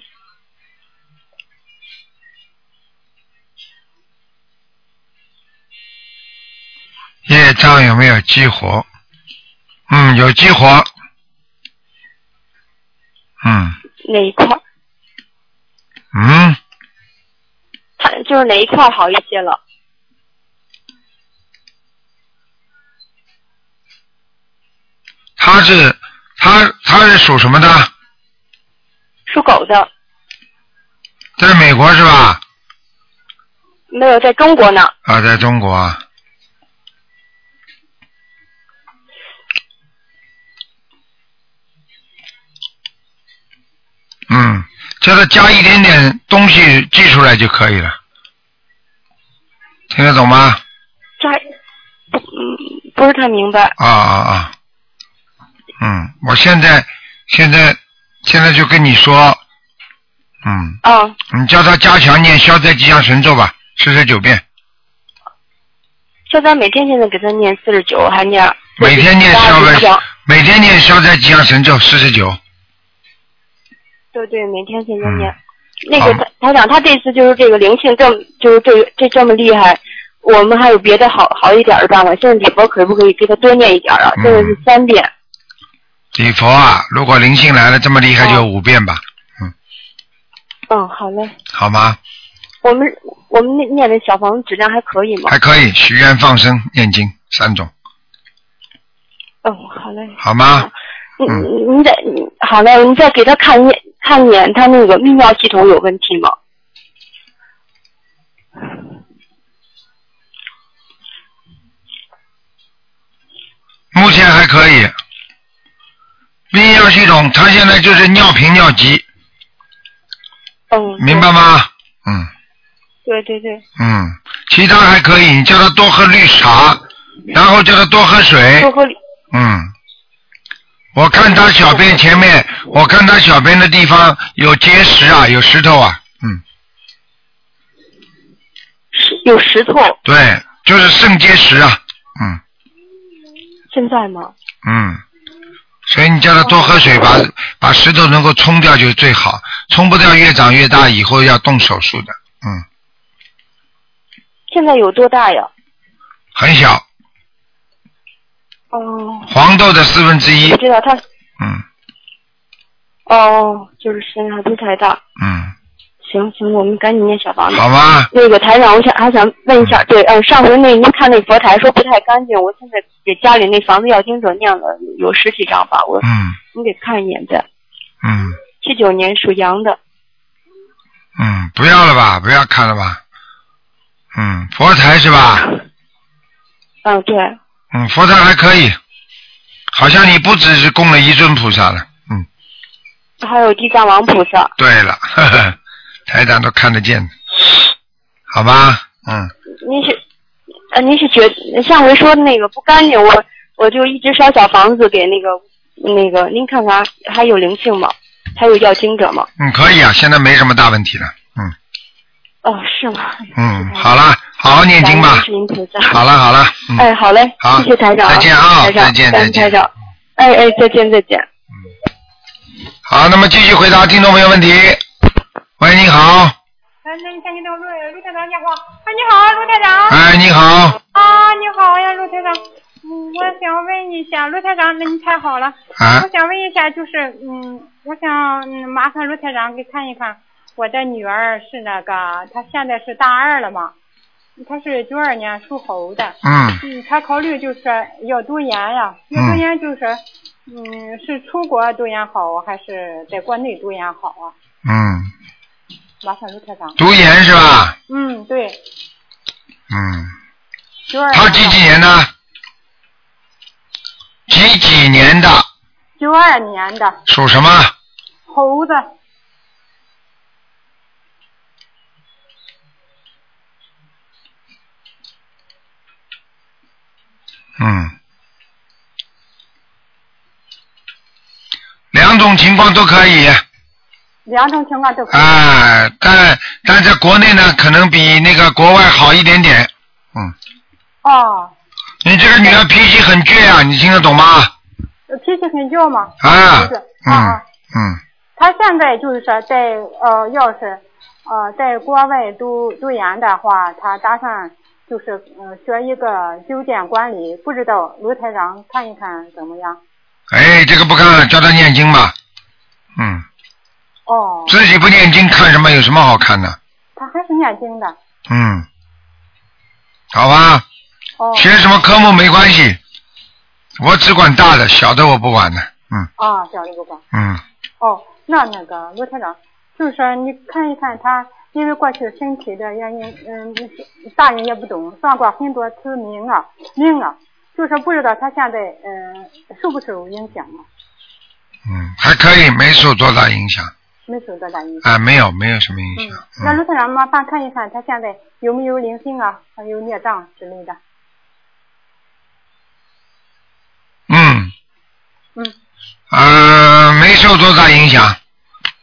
[SPEAKER 1] 业障有没有激活？嗯，有激活，嗯
[SPEAKER 5] 哪一块儿？
[SPEAKER 1] 嗯，
[SPEAKER 5] 他就是哪一块儿好一些了？
[SPEAKER 1] 他是他他是属什么的？
[SPEAKER 5] 属狗的，
[SPEAKER 1] 在美国是吧？
[SPEAKER 5] 没有在中国呢。
[SPEAKER 1] 啊，在中国啊，嗯，叫他加一点点东西寄出来就可以了，听得懂吗？
[SPEAKER 5] 这还不嗯不是太明白。
[SPEAKER 1] 啊啊啊！嗯，我现在现在现在就跟你说，嗯，
[SPEAKER 5] 嗯，
[SPEAKER 1] 你叫他加强念消灾吉祥神咒吧，四十九遍，
[SPEAKER 5] 现在每天现在给他念四十九，还念
[SPEAKER 1] 每天念消
[SPEAKER 5] 49
[SPEAKER 1] 灾，每天念消灾吉祥神咒四十九，
[SPEAKER 5] 对对，每天现在念。
[SPEAKER 1] 嗯
[SPEAKER 5] 那个
[SPEAKER 1] 好
[SPEAKER 5] 台台长，他这次就是这个灵性这么，就是这个这这么厉害，我们还有别的好好一点儿的办法。现在礼佛可不可以给他多念一点儿啊？
[SPEAKER 1] 嗯
[SPEAKER 5] 现在是三遍，
[SPEAKER 1] 礼佛啊，如果灵性来了这么厉害，
[SPEAKER 5] 哦
[SPEAKER 1] 就五遍吧，
[SPEAKER 5] 嗯，好嘞。
[SPEAKER 1] 好吗？
[SPEAKER 5] 我们我们那念的小房子质量还可以吗？
[SPEAKER 1] 还可以许愿、放生、念经三种，
[SPEAKER 5] 嗯，好嘞。
[SPEAKER 1] 好吗？
[SPEAKER 5] 你
[SPEAKER 1] 嗯
[SPEAKER 5] 你你再你好嘞，你再给他看一眼看一眼他那个泌尿系统有问题吗？
[SPEAKER 1] 目前还可以。泌尿系统，他现在就是尿频尿急，
[SPEAKER 5] 嗯，
[SPEAKER 1] 明白吗？嗯
[SPEAKER 5] 对？对对
[SPEAKER 1] 嗯，其他还可以，你叫他多喝绿茶，然后叫他多喝
[SPEAKER 5] 对，
[SPEAKER 1] 水
[SPEAKER 5] 嗯多。喝里
[SPEAKER 1] 嗯，我看他小便前面，
[SPEAKER 5] 嗯
[SPEAKER 1] 我看他小便的地方有结石啊，有石头啊。嗯，
[SPEAKER 5] 石有石头，
[SPEAKER 1] 对，就是肾结石啊。嗯。
[SPEAKER 5] 现在吗？
[SPEAKER 1] 嗯，所以你叫他多喝水，把
[SPEAKER 5] 哦
[SPEAKER 1] 把石头能够冲掉就最好，冲不掉越长越大，以后要动手术的。嗯，
[SPEAKER 5] 现在有多大呀？
[SPEAKER 1] 很小，
[SPEAKER 5] 哦，
[SPEAKER 1] 黄豆的四分之一
[SPEAKER 5] 我。知道他
[SPEAKER 1] 嗯
[SPEAKER 5] 哦，就是现在还不太大。
[SPEAKER 1] 嗯，
[SPEAKER 5] 行行，我们赶紧念小房子。
[SPEAKER 1] 好吗？
[SPEAKER 5] 那个台长，我想还想问一下，对，嗯，上回那您看那佛台说不太干净，我现在给家里那房子要经者念了有十几张吧，我
[SPEAKER 1] 嗯
[SPEAKER 5] 你给看一眼再。
[SPEAKER 1] 嗯
[SPEAKER 5] 七九年属羊的，
[SPEAKER 1] 嗯，不要了吧，不要看了吧。嗯，佛台是吧？
[SPEAKER 5] 嗯，对，
[SPEAKER 1] 嗯，佛台还可以，好像你不只是供了一尊菩萨了。嗯，
[SPEAKER 5] 还有地藏王菩萨，
[SPEAKER 1] 对了， 呵呵台长都看得见，好吧？嗯。
[SPEAKER 5] 您是，呃，您是觉上回说那个不干净，我我就一直烧小房子给那个那个，您看看还有灵性吗？还有要经者吗？
[SPEAKER 1] 嗯，可以啊，现在没什么大问题了。嗯
[SPEAKER 5] 哦，是吗？
[SPEAKER 1] 嗯，好了，好好念经
[SPEAKER 5] 感
[SPEAKER 1] 吧
[SPEAKER 5] 恩。观世音菩萨。
[SPEAKER 1] 好了好了，嗯，
[SPEAKER 5] 哎，好嘞，
[SPEAKER 1] 好
[SPEAKER 5] 谢谢台长啊，
[SPEAKER 1] 再见啊
[SPEAKER 5] 台长
[SPEAKER 1] 再见
[SPEAKER 5] 感恩
[SPEAKER 1] 再见
[SPEAKER 5] 台长，哎哎，再见再见。
[SPEAKER 1] 好，那么继续回答听众朋友问题。喂，你好，
[SPEAKER 8] 哎，那你看见到陆陆台长电话？哎，你好，陆台长。
[SPEAKER 1] 哎，你好，
[SPEAKER 8] 啊，你好呀，陆台长。嗯，我想问一下，陆台长，那你太好了。
[SPEAKER 1] 啊
[SPEAKER 8] 我，想问一下，就是嗯，我想嗯麻烦陆台长给看一看，我的女儿是那个，她现在是大二了嘛，她是九二年属猴的。
[SPEAKER 1] 嗯
[SPEAKER 8] 嗯，她考虑就是要读研呀，要读研就是，嗯，是出国读研好还是在国内读研好啊？
[SPEAKER 1] 嗯，
[SPEAKER 8] 麻烦陆台长。
[SPEAKER 1] 读研是吧？
[SPEAKER 8] 嗯，对，
[SPEAKER 1] 嗯，
[SPEAKER 8] 九二。
[SPEAKER 1] 他几几年的？几几年的？
[SPEAKER 8] 九二年的
[SPEAKER 1] 属什么？
[SPEAKER 8] 猴子，
[SPEAKER 1] 嗯，两种情况都可以。
[SPEAKER 8] 两种情况都可以。
[SPEAKER 1] 啊，但但在国内呢，可能比那个国外好一点点。嗯，
[SPEAKER 8] 哦，
[SPEAKER 1] 你这个女儿脾气很倔啊，你听得懂吗？
[SPEAKER 8] 脾气很倔嘛。
[SPEAKER 1] 啊
[SPEAKER 8] 就是，
[SPEAKER 1] 嗯
[SPEAKER 8] 啊
[SPEAKER 1] 嗯，
[SPEAKER 8] 他现在就是说在呃，要是呃在国外读读研的话，他打算就是嗯、呃学一个酒店管理，不知道卢台长看一看怎么样？
[SPEAKER 1] 哎，这个不看了，教她念经吧。嗯，
[SPEAKER 8] 哦，
[SPEAKER 1] 自己不念经看什么？有什么好看的？
[SPEAKER 8] 他还是念经的。
[SPEAKER 1] 嗯，好吧，
[SPEAKER 8] 哦
[SPEAKER 1] 学什么科目没关系，我只管大的，小的我不管的。嗯
[SPEAKER 8] 啊，晓得不吧？
[SPEAKER 1] 嗯，
[SPEAKER 8] 哦，那那个罗台长，就是说你看一看他，因因为过去身体的原因，嗯，大人也不懂，算过很多次命啊命啊，就是不知道他现在嗯受不受影响啊，
[SPEAKER 1] 嗯，还可以，没受多大影响
[SPEAKER 8] 没受多大影响。
[SPEAKER 1] 啊，没有，没有什么影响。
[SPEAKER 8] 那卢特长麻烦看一看他现在有没有灵性啊，还有孽障之类的。
[SPEAKER 1] 嗯，
[SPEAKER 8] 嗯
[SPEAKER 1] 呃，没受多大影响，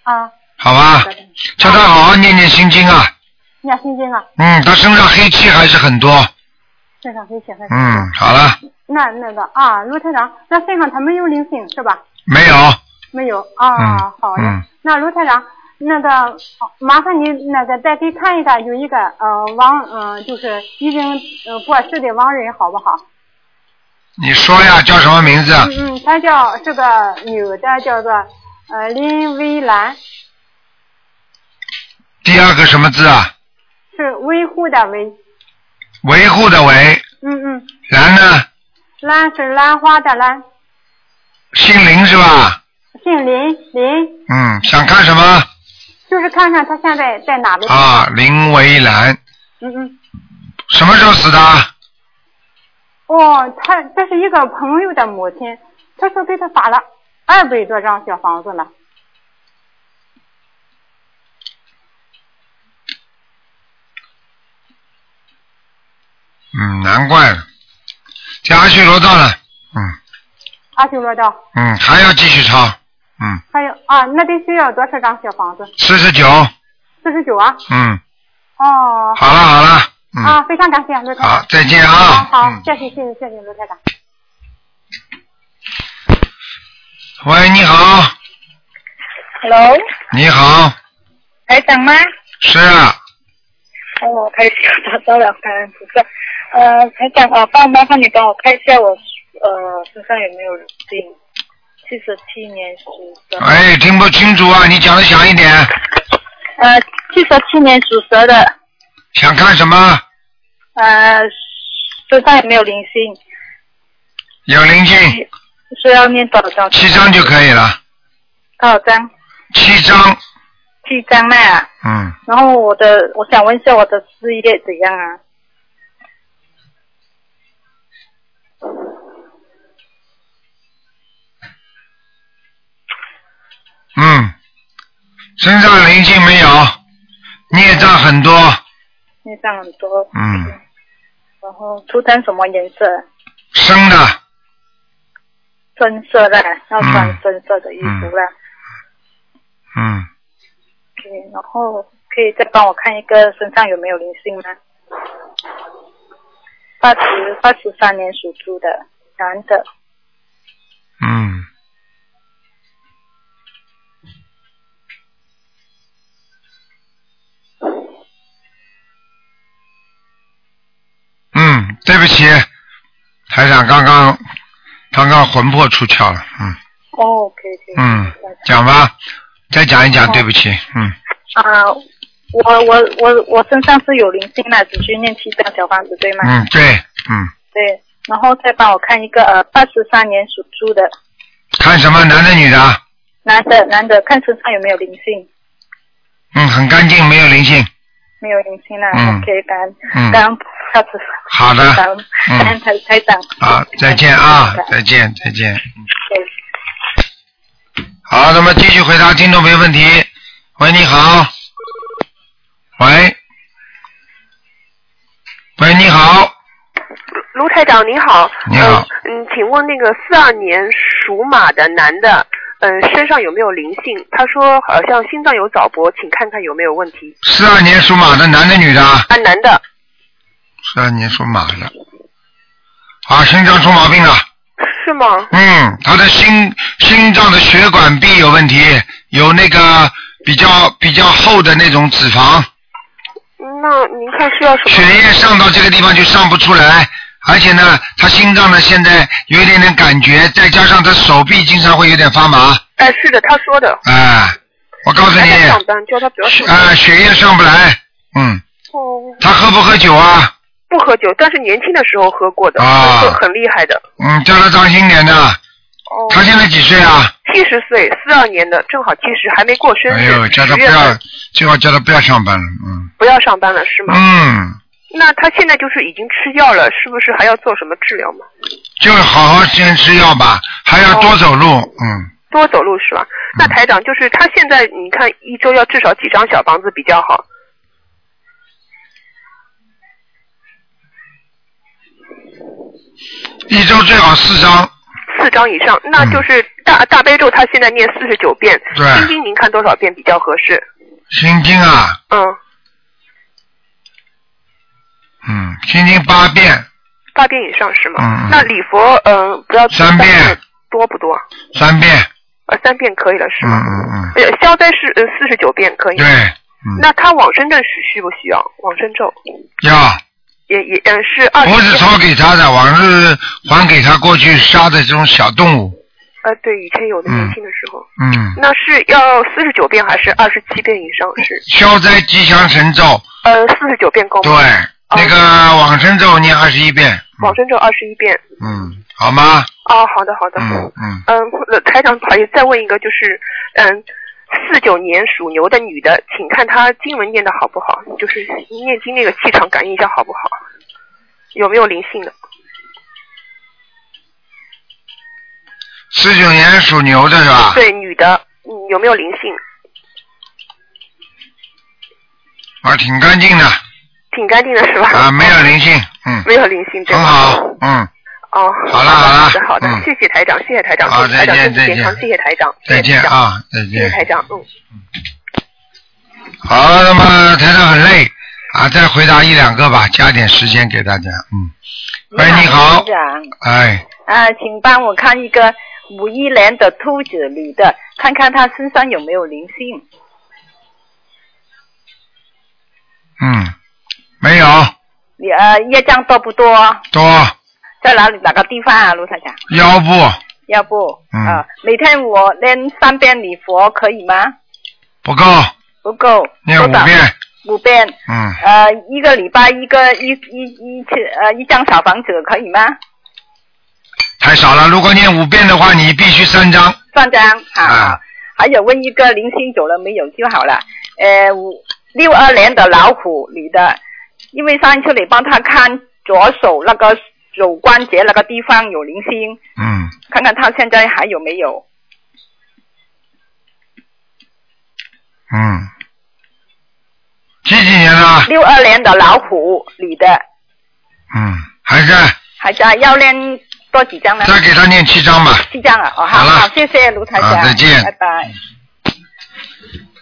[SPEAKER 8] 啊，
[SPEAKER 1] 好吧？叫他好好念念心经啊。
[SPEAKER 8] 念心经啊，
[SPEAKER 1] 嗯，他身上黑气还是很多。
[SPEAKER 8] 身上危险很。
[SPEAKER 1] 嗯，好了，
[SPEAKER 8] 那那个啊，卢台长，那身上他没有灵性是吧？
[SPEAKER 1] 没有。
[SPEAKER 8] 没有啊，
[SPEAKER 1] 嗯
[SPEAKER 8] 好的。
[SPEAKER 1] 嗯
[SPEAKER 8] 那卢台长，那个好麻烦你那个再给看一个，有一个呃亡呃就是已经呃过世的亡人，好不好？
[SPEAKER 1] 你说呀，叫什么名字？啊？
[SPEAKER 8] 嗯嗯，她叫是个女的，叫做呃林薇兰，
[SPEAKER 1] 第二个什么字啊？
[SPEAKER 8] 是维护的维。
[SPEAKER 1] 维护的维，
[SPEAKER 8] 嗯嗯，
[SPEAKER 1] 然呢？
[SPEAKER 8] 兰是兰花的兰，
[SPEAKER 1] 姓林是吧？
[SPEAKER 8] 姓林林，
[SPEAKER 1] 嗯，想看什么
[SPEAKER 8] 就是看看她现在在哪个地方。
[SPEAKER 1] 啊？林维兰，
[SPEAKER 8] 嗯嗯。
[SPEAKER 1] 什么时候死的？
[SPEAKER 8] 哦，他这是一个朋友的母亲，他说给他发了二百多张小房子了。
[SPEAKER 1] 嗯，难怪了，在阿修罗道了。嗯
[SPEAKER 8] 阿修罗道，
[SPEAKER 1] 嗯，还要继续抄。嗯，
[SPEAKER 8] 还有啊，那得需要多少张小房子？
[SPEAKER 1] 四十九。
[SPEAKER 8] 四十九啊。
[SPEAKER 1] 嗯，
[SPEAKER 8] 哦。
[SPEAKER 1] 好了好了。
[SPEAKER 8] 啊
[SPEAKER 1] 嗯，，
[SPEAKER 8] 非常感谢卢台长。
[SPEAKER 1] 好，再见啊。
[SPEAKER 8] 好，好
[SPEAKER 1] 嗯，
[SPEAKER 8] 谢谢谢谢谢谢卢台长。
[SPEAKER 1] 喂，你好，
[SPEAKER 4] Hello，
[SPEAKER 1] 你好，
[SPEAKER 4] 台长吗？
[SPEAKER 1] 是啊，
[SPEAKER 4] 哦，台长打到了，感恩菩萨。呃，台长啊，帮麻烦你帮我看一下我呃身上有没有病？七十七年属蛇。
[SPEAKER 1] 哎，听不清楚啊，你讲的响一点，
[SPEAKER 4] 呃，七十七年属蛇的，
[SPEAKER 1] 想看什么？
[SPEAKER 4] 呃，身上有没有灵性？
[SPEAKER 1] 有灵性，
[SPEAKER 4] 需要念多少张？
[SPEAKER 1] 七张就可以了，
[SPEAKER 4] 多少张？
[SPEAKER 1] 七张，
[SPEAKER 4] 七张嘛。
[SPEAKER 1] 嗯，
[SPEAKER 4] 然后我的，我想问一下我的事业怎样啊？
[SPEAKER 1] 嗯，身上灵性没有，孽障很多，
[SPEAKER 4] 念上很多，
[SPEAKER 1] 嗯，
[SPEAKER 4] 然后图腾什么颜色？
[SPEAKER 1] 生的，
[SPEAKER 4] 深色的，要穿深色的衣服啦。
[SPEAKER 1] 嗯，
[SPEAKER 4] 对，然后可以再帮我看一个身上有没有灵性吗？八十八十三年属猪的男的，
[SPEAKER 1] 嗯，嗯，对不起，台长刚刚刚刚魂魄出窍了，嗯
[SPEAKER 4] 哦，可以可以。
[SPEAKER 1] 嗯，讲吧，再讲一讲，对不起，嗯
[SPEAKER 4] 啊、我我我我身上是有灵性的，只需念七张小房子，对吗？
[SPEAKER 1] 嗯对，嗯，
[SPEAKER 4] 对，然后再帮我看一个呃八十三年属猪的
[SPEAKER 1] 看什么男的女的啊？
[SPEAKER 4] 男的男的，看身上有没有灵性。
[SPEAKER 1] 嗯，很干净，没有灵性，
[SPEAKER 4] 没有灵性啦、
[SPEAKER 1] 嗯
[SPEAKER 4] OK，感恩
[SPEAKER 1] 嗯
[SPEAKER 4] 感恩菩萨菩
[SPEAKER 1] 好
[SPEAKER 4] 萨，感
[SPEAKER 1] 的，嗯
[SPEAKER 4] 恩感恩台台长。
[SPEAKER 1] 好，再见啊
[SPEAKER 4] 感，恩
[SPEAKER 1] 再见，再见。
[SPEAKER 4] 对
[SPEAKER 1] 好，那么继续回答听众朋友问题。喂，你好。喂。喂，你好。
[SPEAKER 9] 卢台长您好，
[SPEAKER 1] 你好
[SPEAKER 9] 嗯，嗯请问那个四二年属马的男的，嗯，身上有没有灵性？他说好像心脏有早搏，请看看有没有问题。
[SPEAKER 1] 四二年属马的，男的女的啊？
[SPEAKER 9] 啊，男的，
[SPEAKER 1] 四二年属马的。啊，心脏出毛病了。
[SPEAKER 9] 是吗？
[SPEAKER 1] 嗯，他的心心脏的血管壁有问题，有那个比较比较厚的那种脂肪，
[SPEAKER 9] 那您看需要什
[SPEAKER 1] 血
[SPEAKER 9] 么？
[SPEAKER 1] 液上到这个地方就上不出来。而且呢，他心脏呢现在有一点点感觉，再加上他手臂经常会有点发麻。
[SPEAKER 9] 哎，是的，他说的。
[SPEAKER 1] 啊，我告诉
[SPEAKER 9] 他在上
[SPEAKER 1] 你，
[SPEAKER 9] 班，叫他不要上班。
[SPEAKER 1] 啊，血液上不来，嗯，
[SPEAKER 9] 哦，
[SPEAKER 1] 他喝不喝酒啊？
[SPEAKER 9] 不喝酒，但是年轻的时候喝过的，
[SPEAKER 1] 啊
[SPEAKER 9] 喝很厉害的。
[SPEAKER 1] 嗯，叫他当心点的。
[SPEAKER 9] 哦，
[SPEAKER 1] 他现在几岁啊？
[SPEAKER 9] 七十岁，四二年的，正好七十，还没过生
[SPEAKER 1] 哎
[SPEAKER 9] 日。
[SPEAKER 1] 呦，叫他不
[SPEAKER 9] 10月份
[SPEAKER 1] 要，最好叫他不要上班了，嗯
[SPEAKER 9] 不要上班了是吗？
[SPEAKER 1] 嗯，
[SPEAKER 9] 那他现在就是已经吃药了，是不是还要做什么治疗吗？
[SPEAKER 1] 就是好好先吃药吧，还要多走路，嗯，
[SPEAKER 9] 多走路是吧？那台长就是他现在，你看一周要至少几张小房子比较好？
[SPEAKER 1] 一周最好四张，
[SPEAKER 9] 四张以上，那就是大、大悲咒，他现在念四十九遍，
[SPEAKER 1] 嗯对
[SPEAKER 9] 心经您看多少遍比较合适？
[SPEAKER 1] 心经啊，
[SPEAKER 9] 嗯，
[SPEAKER 1] 嗯，心经八遍，
[SPEAKER 9] 八遍以上是吗？
[SPEAKER 1] 嗯嗯
[SPEAKER 9] 那礼佛，嗯、不要
[SPEAKER 1] 三遍
[SPEAKER 9] 多不多？
[SPEAKER 1] 三遍，
[SPEAKER 9] 呃，三遍可以了是
[SPEAKER 1] 嗯
[SPEAKER 9] 吗？
[SPEAKER 1] 嗯嗯，
[SPEAKER 9] 呃，消灾是呃四十九遍可以吗。
[SPEAKER 1] 对，嗯
[SPEAKER 9] 那他往生咒需需不需要？往生咒
[SPEAKER 1] 要
[SPEAKER 9] 也也嗯是二十
[SPEAKER 1] 不是抄给他的，往日还给他过去杀的这种小动物，
[SPEAKER 9] 呃对，以前有的年轻的时候，
[SPEAKER 1] 嗯，
[SPEAKER 9] 那是要四十九遍还是二十七遍以上是？
[SPEAKER 1] 消灾吉祥神咒，
[SPEAKER 9] 呃，四十九遍够
[SPEAKER 1] 对
[SPEAKER 9] 吗？，
[SPEAKER 1] 那个往生咒念二十一遍，
[SPEAKER 9] 往生咒二十一遍。
[SPEAKER 1] 嗯，好吗？
[SPEAKER 9] 哦，好的好的。
[SPEAKER 1] 嗯嗯，
[SPEAKER 9] 嗯，呃台长，不好意思，再问一个，就是嗯，四九年属牛的女的，请看她经文念的好不好，就是念经那个气场感应一下好不好？有没有灵性的？
[SPEAKER 1] 四九年属牛的是吧？
[SPEAKER 9] 对，女的，嗯，有没有灵性？
[SPEAKER 1] 啊，挺干净的
[SPEAKER 9] 挺干净的是吧？
[SPEAKER 1] 啊，没有灵性，嗯，
[SPEAKER 9] 没有灵性，对
[SPEAKER 1] 很
[SPEAKER 9] 吧
[SPEAKER 1] 好，嗯，
[SPEAKER 9] 哦，
[SPEAKER 1] 好了好
[SPEAKER 9] 好
[SPEAKER 1] 了
[SPEAKER 9] 的好的，
[SPEAKER 1] 嗯
[SPEAKER 9] 谢谢台长，谢谢台长，
[SPEAKER 1] 好
[SPEAKER 9] 祝台长
[SPEAKER 1] 再见
[SPEAKER 9] 身体健康
[SPEAKER 1] 再见
[SPEAKER 9] 谢谢台长，
[SPEAKER 1] 再见啊，再
[SPEAKER 9] 谢谢
[SPEAKER 1] 见。
[SPEAKER 9] 台长，嗯。
[SPEAKER 1] 好，那么台长很累啊，再回答一两个吧，加点时间给大家，嗯，喂，你好
[SPEAKER 10] 台，长
[SPEAKER 1] 哎，
[SPEAKER 10] 啊，请帮我看一个五一年的兔子女的，看看她身上有没有灵性。
[SPEAKER 1] 嗯，没有
[SPEAKER 10] 你呃，业障多不多？
[SPEAKER 1] 多
[SPEAKER 10] 在哪里哪个地方啊，卢台长？
[SPEAKER 1] 腰部，
[SPEAKER 10] 要不
[SPEAKER 1] 嗯
[SPEAKER 10] 啊、每天我念三遍礼佛可以吗？
[SPEAKER 1] 不够，
[SPEAKER 10] 不够，
[SPEAKER 1] 念
[SPEAKER 10] 多
[SPEAKER 1] 五
[SPEAKER 10] 少
[SPEAKER 1] 遍，
[SPEAKER 10] 五遍，
[SPEAKER 1] 嗯，
[SPEAKER 10] 呃，一个礼拜一个一一一次呃一张小房子可以吗？
[SPEAKER 1] 太少了。如果念五遍的话，你必须三张
[SPEAKER 10] 三张啊。
[SPEAKER 1] 啊，
[SPEAKER 10] 还有问一个灵性走了没有就好了。呃，五六二年的老虎女的，因为上一次你帮她看左手那个手关节那个地方有灵性，
[SPEAKER 1] 嗯，
[SPEAKER 10] 看看她现在还有没有？
[SPEAKER 1] 嗯，几几年的？
[SPEAKER 10] 六二年的老虎女的
[SPEAKER 1] 嗯，还在，
[SPEAKER 10] 还在要练多几张呢？
[SPEAKER 1] 再给他念七张吧。
[SPEAKER 10] 七张啊！哦，好
[SPEAKER 1] 好了
[SPEAKER 10] 好，谢谢卢台长，
[SPEAKER 1] 好再见
[SPEAKER 10] 拜拜。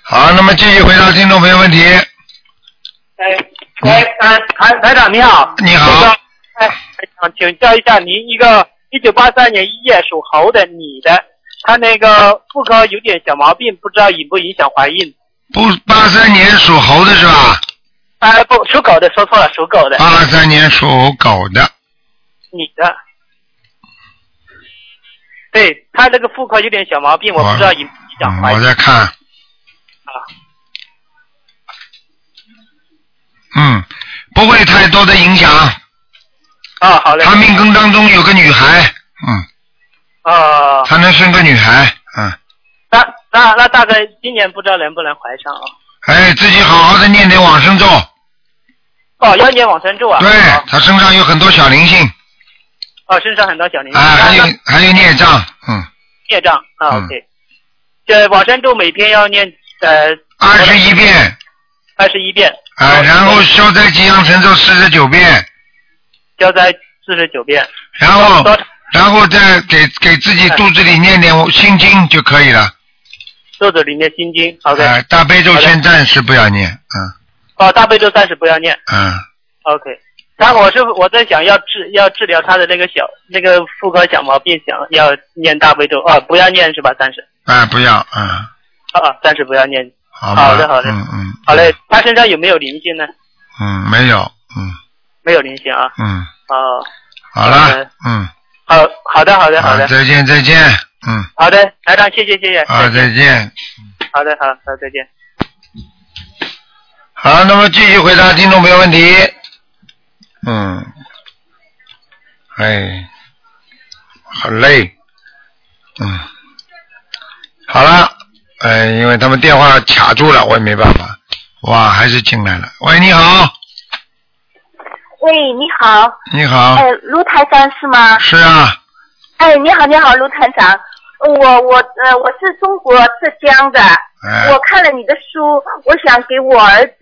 [SPEAKER 1] 好，那么继续回答听众朋友问题。
[SPEAKER 11] 哎，喂，台台台长你好，
[SPEAKER 1] 你好，
[SPEAKER 11] 哎，台长，请教一下您一个一九八三年一月属猴的女的，她那个妇科有点小毛病，不知道影不影响怀孕？
[SPEAKER 1] 不，八三年属猴的是吧？
[SPEAKER 11] 哎，不，属狗的，说错了，属狗的，
[SPEAKER 1] 八三年属狗的，
[SPEAKER 11] 女的。对她这个妇科有点小毛病，我不知道影不影响
[SPEAKER 1] 嗯
[SPEAKER 11] 怀
[SPEAKER 1] 我
[SPEAKER 11] 孕。
[SPEAKER 1] 在看。
[SPEAKER 11] 啊
[SPEAKER 1] 嗯，不会太多的影响。
[SPEAKER 11] 啊，好嘞。
[SPEAKER 1] 他命根当中有个女孩，嗯，
[SPEAKER 11] 啊，
[SPEAKER 1] 他能生个女孩，嗯，
[SPEAKER 11] 那那那大概今年不知道能不能怀上啊？
[SPEAKER 1] 哎，自己好好的念点往生咒，
[SPEAKER 11] 哦，要念往生咒啊。
[SPEAKER 1] 对
[SPEAKER 11] 哦
[SPEAKER 1] 他身上有很多小灵性，
[SPEAKER 11] 哦，身上很多小灵
[SPEAKER 1] 啊，
[SPEAKER 11] 性。
[SPEAKER 1] 还有
[SPEAKER 11] 那
[SPEAKER 1] 还有孽障，嗯，
[SPEAKER 11] 业障啊、
[SPEAKER 1] 嗯
[SPEAKER 11] o k 这往生咒每天要念呃
[SPEAKER 1] 二十一遍，
[SPEAKER 11] 二十一遍，
[SPEAKER 1] 啊，然后消灾吉祥神咒四十九遍，
[SPEAKER 11] 消灾四十九遍，
[SPEAKER 1] 然后
[SPEAKER 11] 多少
[SPEAKER 1] 然后再给给自己肚子里念点心经就可以了。
[SPEAKER 11] 多走里面心经，OK，、
[SPEAKER 1] 啊，大悲咒
[SPEAKER 11] 好的
[SPEAKER 1] 先暂时不要念，嗯
[SPEAKER 11] 哦，大悲咒三十不要念
[SPEAKER 1] 嗯，
[SPEAKER 11] ，OK。他我是我在想要治要治疗他的那个小那个妇科小毛病，想要念大悲咒啊、不要念是吧？三十
[SPEAKER 1] 啊，不要，嗯，
[SPEAKER 11] 啊，三十不要念。
[SPEAKER 1] 好吧，
[SPEAKER 11] 好的好的
[SPEAKER 1] 嗯嗯，
[SPEAKER 11] 好嘞，他身上有没有灵性呢？
[SPEAKER 1] 嗯，没有，嗯
[SPEAKER 11] 没有灵性啊。
[SPEAKER 1] 嗯，
[SPEAKER 11] 哦，
[SPEAKER 1] 好了
[SPEAKER 11] 嗯，
[SPEAKER 1] 嗯，
[SPEAKER 11] 好好的好的好
[SPEAKER 1] 好，
[SPEAKER 11] 的
[SPEAKER 1] 再见再见，嗯，
[SPEAKER 11] 好的，台长谢谢谢谢，
[SPEAKER 1] 好，啊再见。
[SPEAKER 11] 好的好好再见。
[SPEAKER 1] 好，那么继续回答听众朋友问题。嗯，哎，好累，嗯，好了，哎，因为他们电话卡住了，我也没办法。哇，还是进来了。喂，你好，
[SPEAKER 10] 喂，你好。
[SPEAKER 1] 你好，
[SPEAKER 10] 哎，卢台长是吗？
[SPEAKER 1] 是啊，
[SPEAKER 10] 哎，你好，你好，卢团长，我我呃，我是中国浙江的，
[SPEAKER 1] 哎
[SPEAKER 10] 我看了你的书，我想给我儿子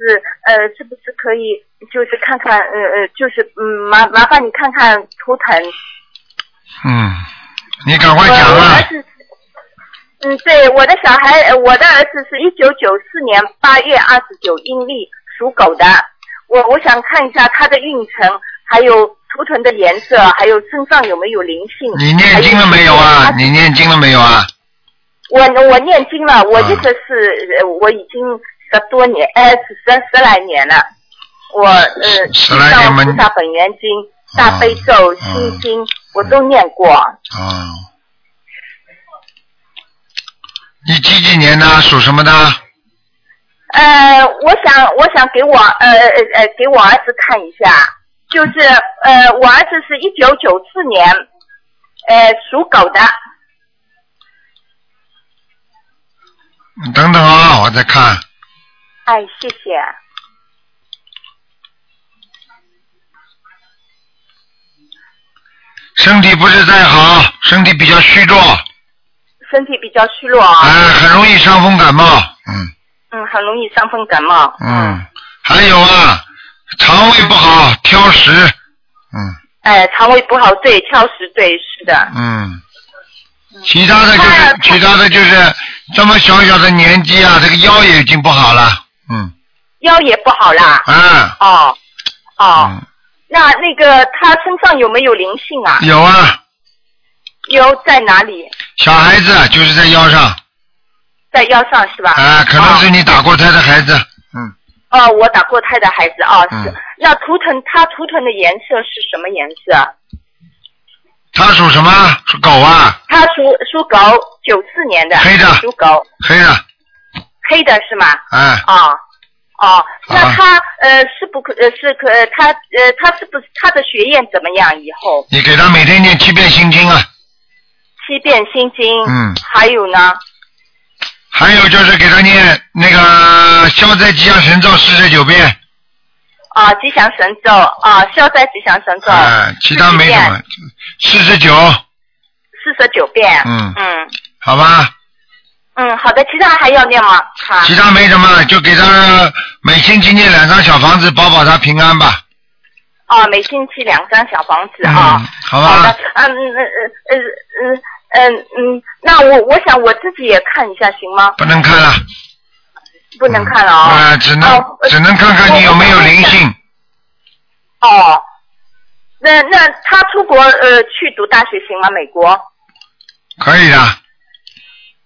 [SPEAKER 10] 呃，是不是可以就是看看呃呃，就是嗯麻麻烦你看看图腾。
[SPEAKER 1] 嗯，你赶快讲
[SPEAKER 10] 我
[SPEAKER 1] 啊
[SPEAKER 10] 儿，子，嗯，对，我的小孩，呃我的儿子是一九九四年八月二十九阴历属狗的，我我想看一下他的运程，还有图腾的颜色，还有身上有没有灵性。
[SPEAKER 1] 你念经了没有啊？你念经了没有啊？
[SPEAKER 10] 我我念经了，我一直是、呃我已经十多年，呃，十十十来年了。我呃，
[SPEAKER 1] 十来年啊嘛
[SPEAKER 10] 《大本源经》《大悲咒》心经》我都念过。
[SPEAKER 1] 哦，你几几年的？属什么的？
[SPEAKER 10] 呃，我想我想给我呃呃呃给我儿子看一下，就是呃我儿子是一九九四年，呃属狗的。
[SPEAKER 1] 你等等啊，我再看。
[SPEAKER 10] 哎，谢谢。
[SPEAKER 1] 身体不是太好，身体比较虚弱，哎
[SPEAKER 10] 身体比较虚弱啊。
[SPEAKER 1] 很容易伤风感冒。
[SPEAKER 10] 嗯，很容易伤风感冒。
[SPEAKER 1] 嗯，还有啊，肠胃不好，挑食。
[SPEAKER 10] 哎，肠胃不好，对，挑食，对，是的。
[SPEAKER 1] 嗯，
[SPEAKER 10] 哎
[SPEAKER 1] 其他的就是其他的就是这么小小的年纪啊，这个腰也已经不好了。嗯
[SPEAKER 10] 腰也不好啦。
[SPEAKER 1] 啊，
[SPEAKER 10] 哦，哦，
[SPEAKER 1] 嗯
[SPEAKER 10] 那那个他身上有没有灵性啊？
[SPEAKER 1] 有啊，
[SPEAKER 10] 有在哪里？
[SPEAKER 1] 小孩子啊就是在腰上
[SPEAKER 10] 在腰上是吧？
[SPEAKER 1] 啊，可能是你打过胎的孩子。
[SPEAKER 10] 哦，我打过胎的孩子哦，是。
[SPEAKER 1] 嗯
[SPEAKER 10] 那图腾，他图腾的颜色是什么颜色？
[SPEAKER 1] 他属什么？属狗啊，
[SPEAKER 10] 他属属狗，九四年的，
[SPEAKER 1] 黑的
[SPEAKER 10] 属狗，
[SPEAKER 1] 黑的。
[SPEAKER 10] 黑的是吗？
[SPEAKER 1] 哎，
[SPEAKER 10] 哦
[SPEAKER 1] 啊
[SPEAKER 10] 哦，那
[SPEAKER 1] 好吧
[SPEAKER 10] 他呃是不可呃是可呃他呃他是不是他的学业怎么样？以后
[SPEAKER 1] 你给他每天念七遍心经啊。
[SPEAKER 10] 七遍心经，
[SPEAKER 1] 嗯
[SPEAKER 10] 还有呢？
[SPEAKER 1] 还有就是给他念那个消灾吉祥神咒四十九遍，
[SPEAKER 10] 啊，吉祥神咒啊，消灾吉祥神咒，
[SPEAKER 1] 哎，其他没什么，四十九，
[SPEAKER 10] 四十九遍。
[SPEAKER 1] 嗯
[SPEAKER 10] 嗯
[SPEAKER 1] 好吧，
[SPEAKER 10] 嗯，好的，其他还要念吗？啊
[SPEAKER 1] 其他没什么，就给他每星期念两张小房子，保保他平安吧，
[SPEAKER 10] 啊，每星期两张小房子
[SPEAKER 1] 嗯，
[SPEAKER 10] 啊。
[SPEAKER 1] 好
[SPEAKER 10] 好的
[SPEAKER 1] 吧，，
[SPEAKER 10] 嗯嗯嗯嗯嗯嗯嗯，那我我想我自己也看一下行吗？
[SPEAKER 1] 不能看了，
[SPEAKER 10] 不能看了
[SPEAKER 1] 啊、
[SPEAKER 10] 啊、
[SPEAKER 1] 只能只能看看你有没有灵性，
[SPEAKER 10] 哦。那那他出国呃去读大学行吗？美国
[SPEAKER 1] 可以的，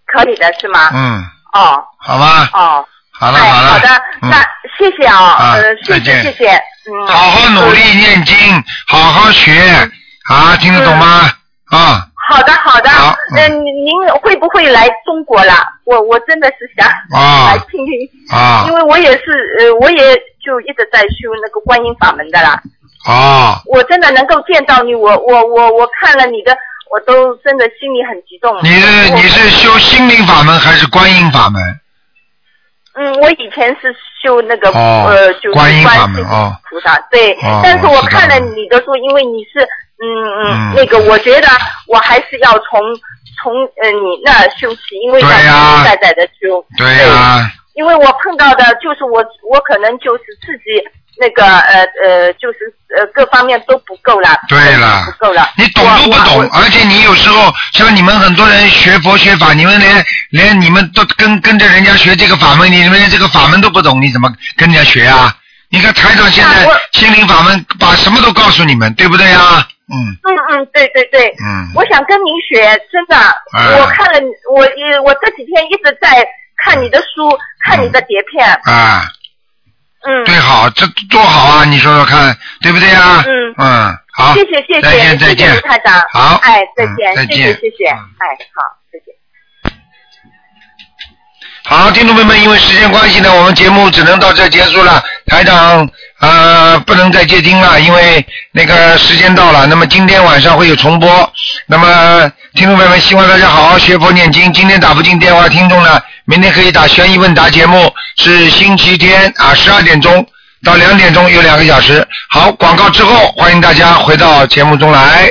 [SPEAKER 10] 可以的是吗？
[SPEAKER 1] 嗯，
[SPEAKER 10] 哦
[SPEAKER 1] 好吧，
[SPEAKER 10] 哦，
[SPEAKER 1] 好了
[SPEAKER 10] 哎
[SPEAKER 1] 好了，
[SPEAKER 10] 好的，
[SPEAKER 1] 嗯
[SPEAKER 10] 那谢谢啊，
[SPEAKER 1] 啊
[SPEAKER 10] 呃谢
[SPEAKER 1] 再
[SPEAKER 10] 谢
[SPEAKER 1] 见
[SPEAKER 10] 谢谢，嗯，
[SPEAKER 1] 好好努力念经，好好学，啊，听得懂吗？啊，
[SPEAKER 10] 好的，好的。
[SPEAKER 1] 好
[SPEAKER 10] 那您您会不会来中国啦？我我真的是想
[SPEAKER 1] 啊
[SPEAKER 10] 来听听，
[SPEAKER 1] 啊
[SPEAKER 10] 因为我也是呃，我也就一直在修那个观音法门的啦。
[SPEAKER 1] 哦，
[SPEAKER 10] 我真的能够见到你，我我我我看了你的，我都真的心里很激动。
[SPEAKER 1] 你是
[SPEAKER 10] 我
[SPEAKER 1] 你是修心灵法门还是观音法门？
[SPEAKER 10] 嗯，我以前是修那个、
[SPEAKER 1] 哦
[SPEAKER 10] 呃，就是
[SPEAKER 1] 观音法
[SPEAKER 10] 观世
[SPEAKER 1] 门哦，
[SPEAKER 10] 菩萨，对。
[SPEAKER 1] 哦
[SPEAKER 10] 但是
[SPEAKER 1] 我
[SPEAKER 10] 我
[SPEAKER 1] 知道
[SPEAKER 10] 看了
[SPEAKER 1] 了
[SPEAKER 10] 你的书，因为你是嗯
[SPEAKER 1] 嗯
[SPEAKER 10] 嗯那个，我觉得我还是要从从呃你那儿修起，因为要
[SPEAKER 1] 对
[SPEAKER 10] 实
[SPEAKER 1] 呀
[SPEAKER 10] 实在在的修。
[SPEAKER 1] 对呀、
[SPEAKER 10] 因为我碰到的就是我，我可能就是自己那个呃呃，就是呃各方面都不够了，
[SPEAKER 1] 对了
[SPEAKER 10] 不够了。
[SPEAKER 1] 你懂都不懂，而且你有时候像你们很多人学佛学法，你们连连你们都跟跟着人家学这个法门，你们连这个法门都不懂，你怎么跟人家学啊？你看台长现在心灵法门把什么都告诉你们，对不对啊？嗯
[SPEAKER 10] 嗯嗯，对对对，
[SPEAKER 1] 嗯
[SPEAKER 10] 我想跟您学，真的，
[SPEAKER 1] 哎
[SPEAKER 10] 我看了你，我也我这几天一直在看你的
[SPEAKER 1] 嗯
[SPEAKER 10] 书，看你的碟片，
[SPEAKER 1] 啊，
[SPEAKER 10] 嗯，
[SPEAKER 1] 对好，这多好啊！你说说看，对不对啊？
[SPEAKER 10] 嗯
[SPEAKER 1] 嗯，好，
[SPEAKER 10] 谢谢谢谢，
[SPEAKER 1] 再见再
[SPEAKER 10] 谢谢
[SPEAKER 1] 见
[SPEAKER 10] 卢，台长，
[SPEAKER 1] 好
[SPEAKER 10] 哎，再
[SPEAKER 1] 嗯
[SPEAKER 10] 见，
[SPEAKER 1] 再
[SPEAKER 10] 谢谢
[SPEAKER 1] 见
[SPEAKER 10] 谢谢，哎，好，再见。
[SPEAKER 1] 好，听众朋友们，因为时间关系呢，我们节目只能到这结束了。台长，呃，不能再接听了，因为那个时间到了。那么今天晚上会有重播。那么听众朋友们，希望大家好好学佛念经。今天打不进电话，听众呢，明天可以打悬疑问答节目。是星期天啊，十二点钟到两点钟有两个小时。好，广告之后，欢迎大家回到节目中来。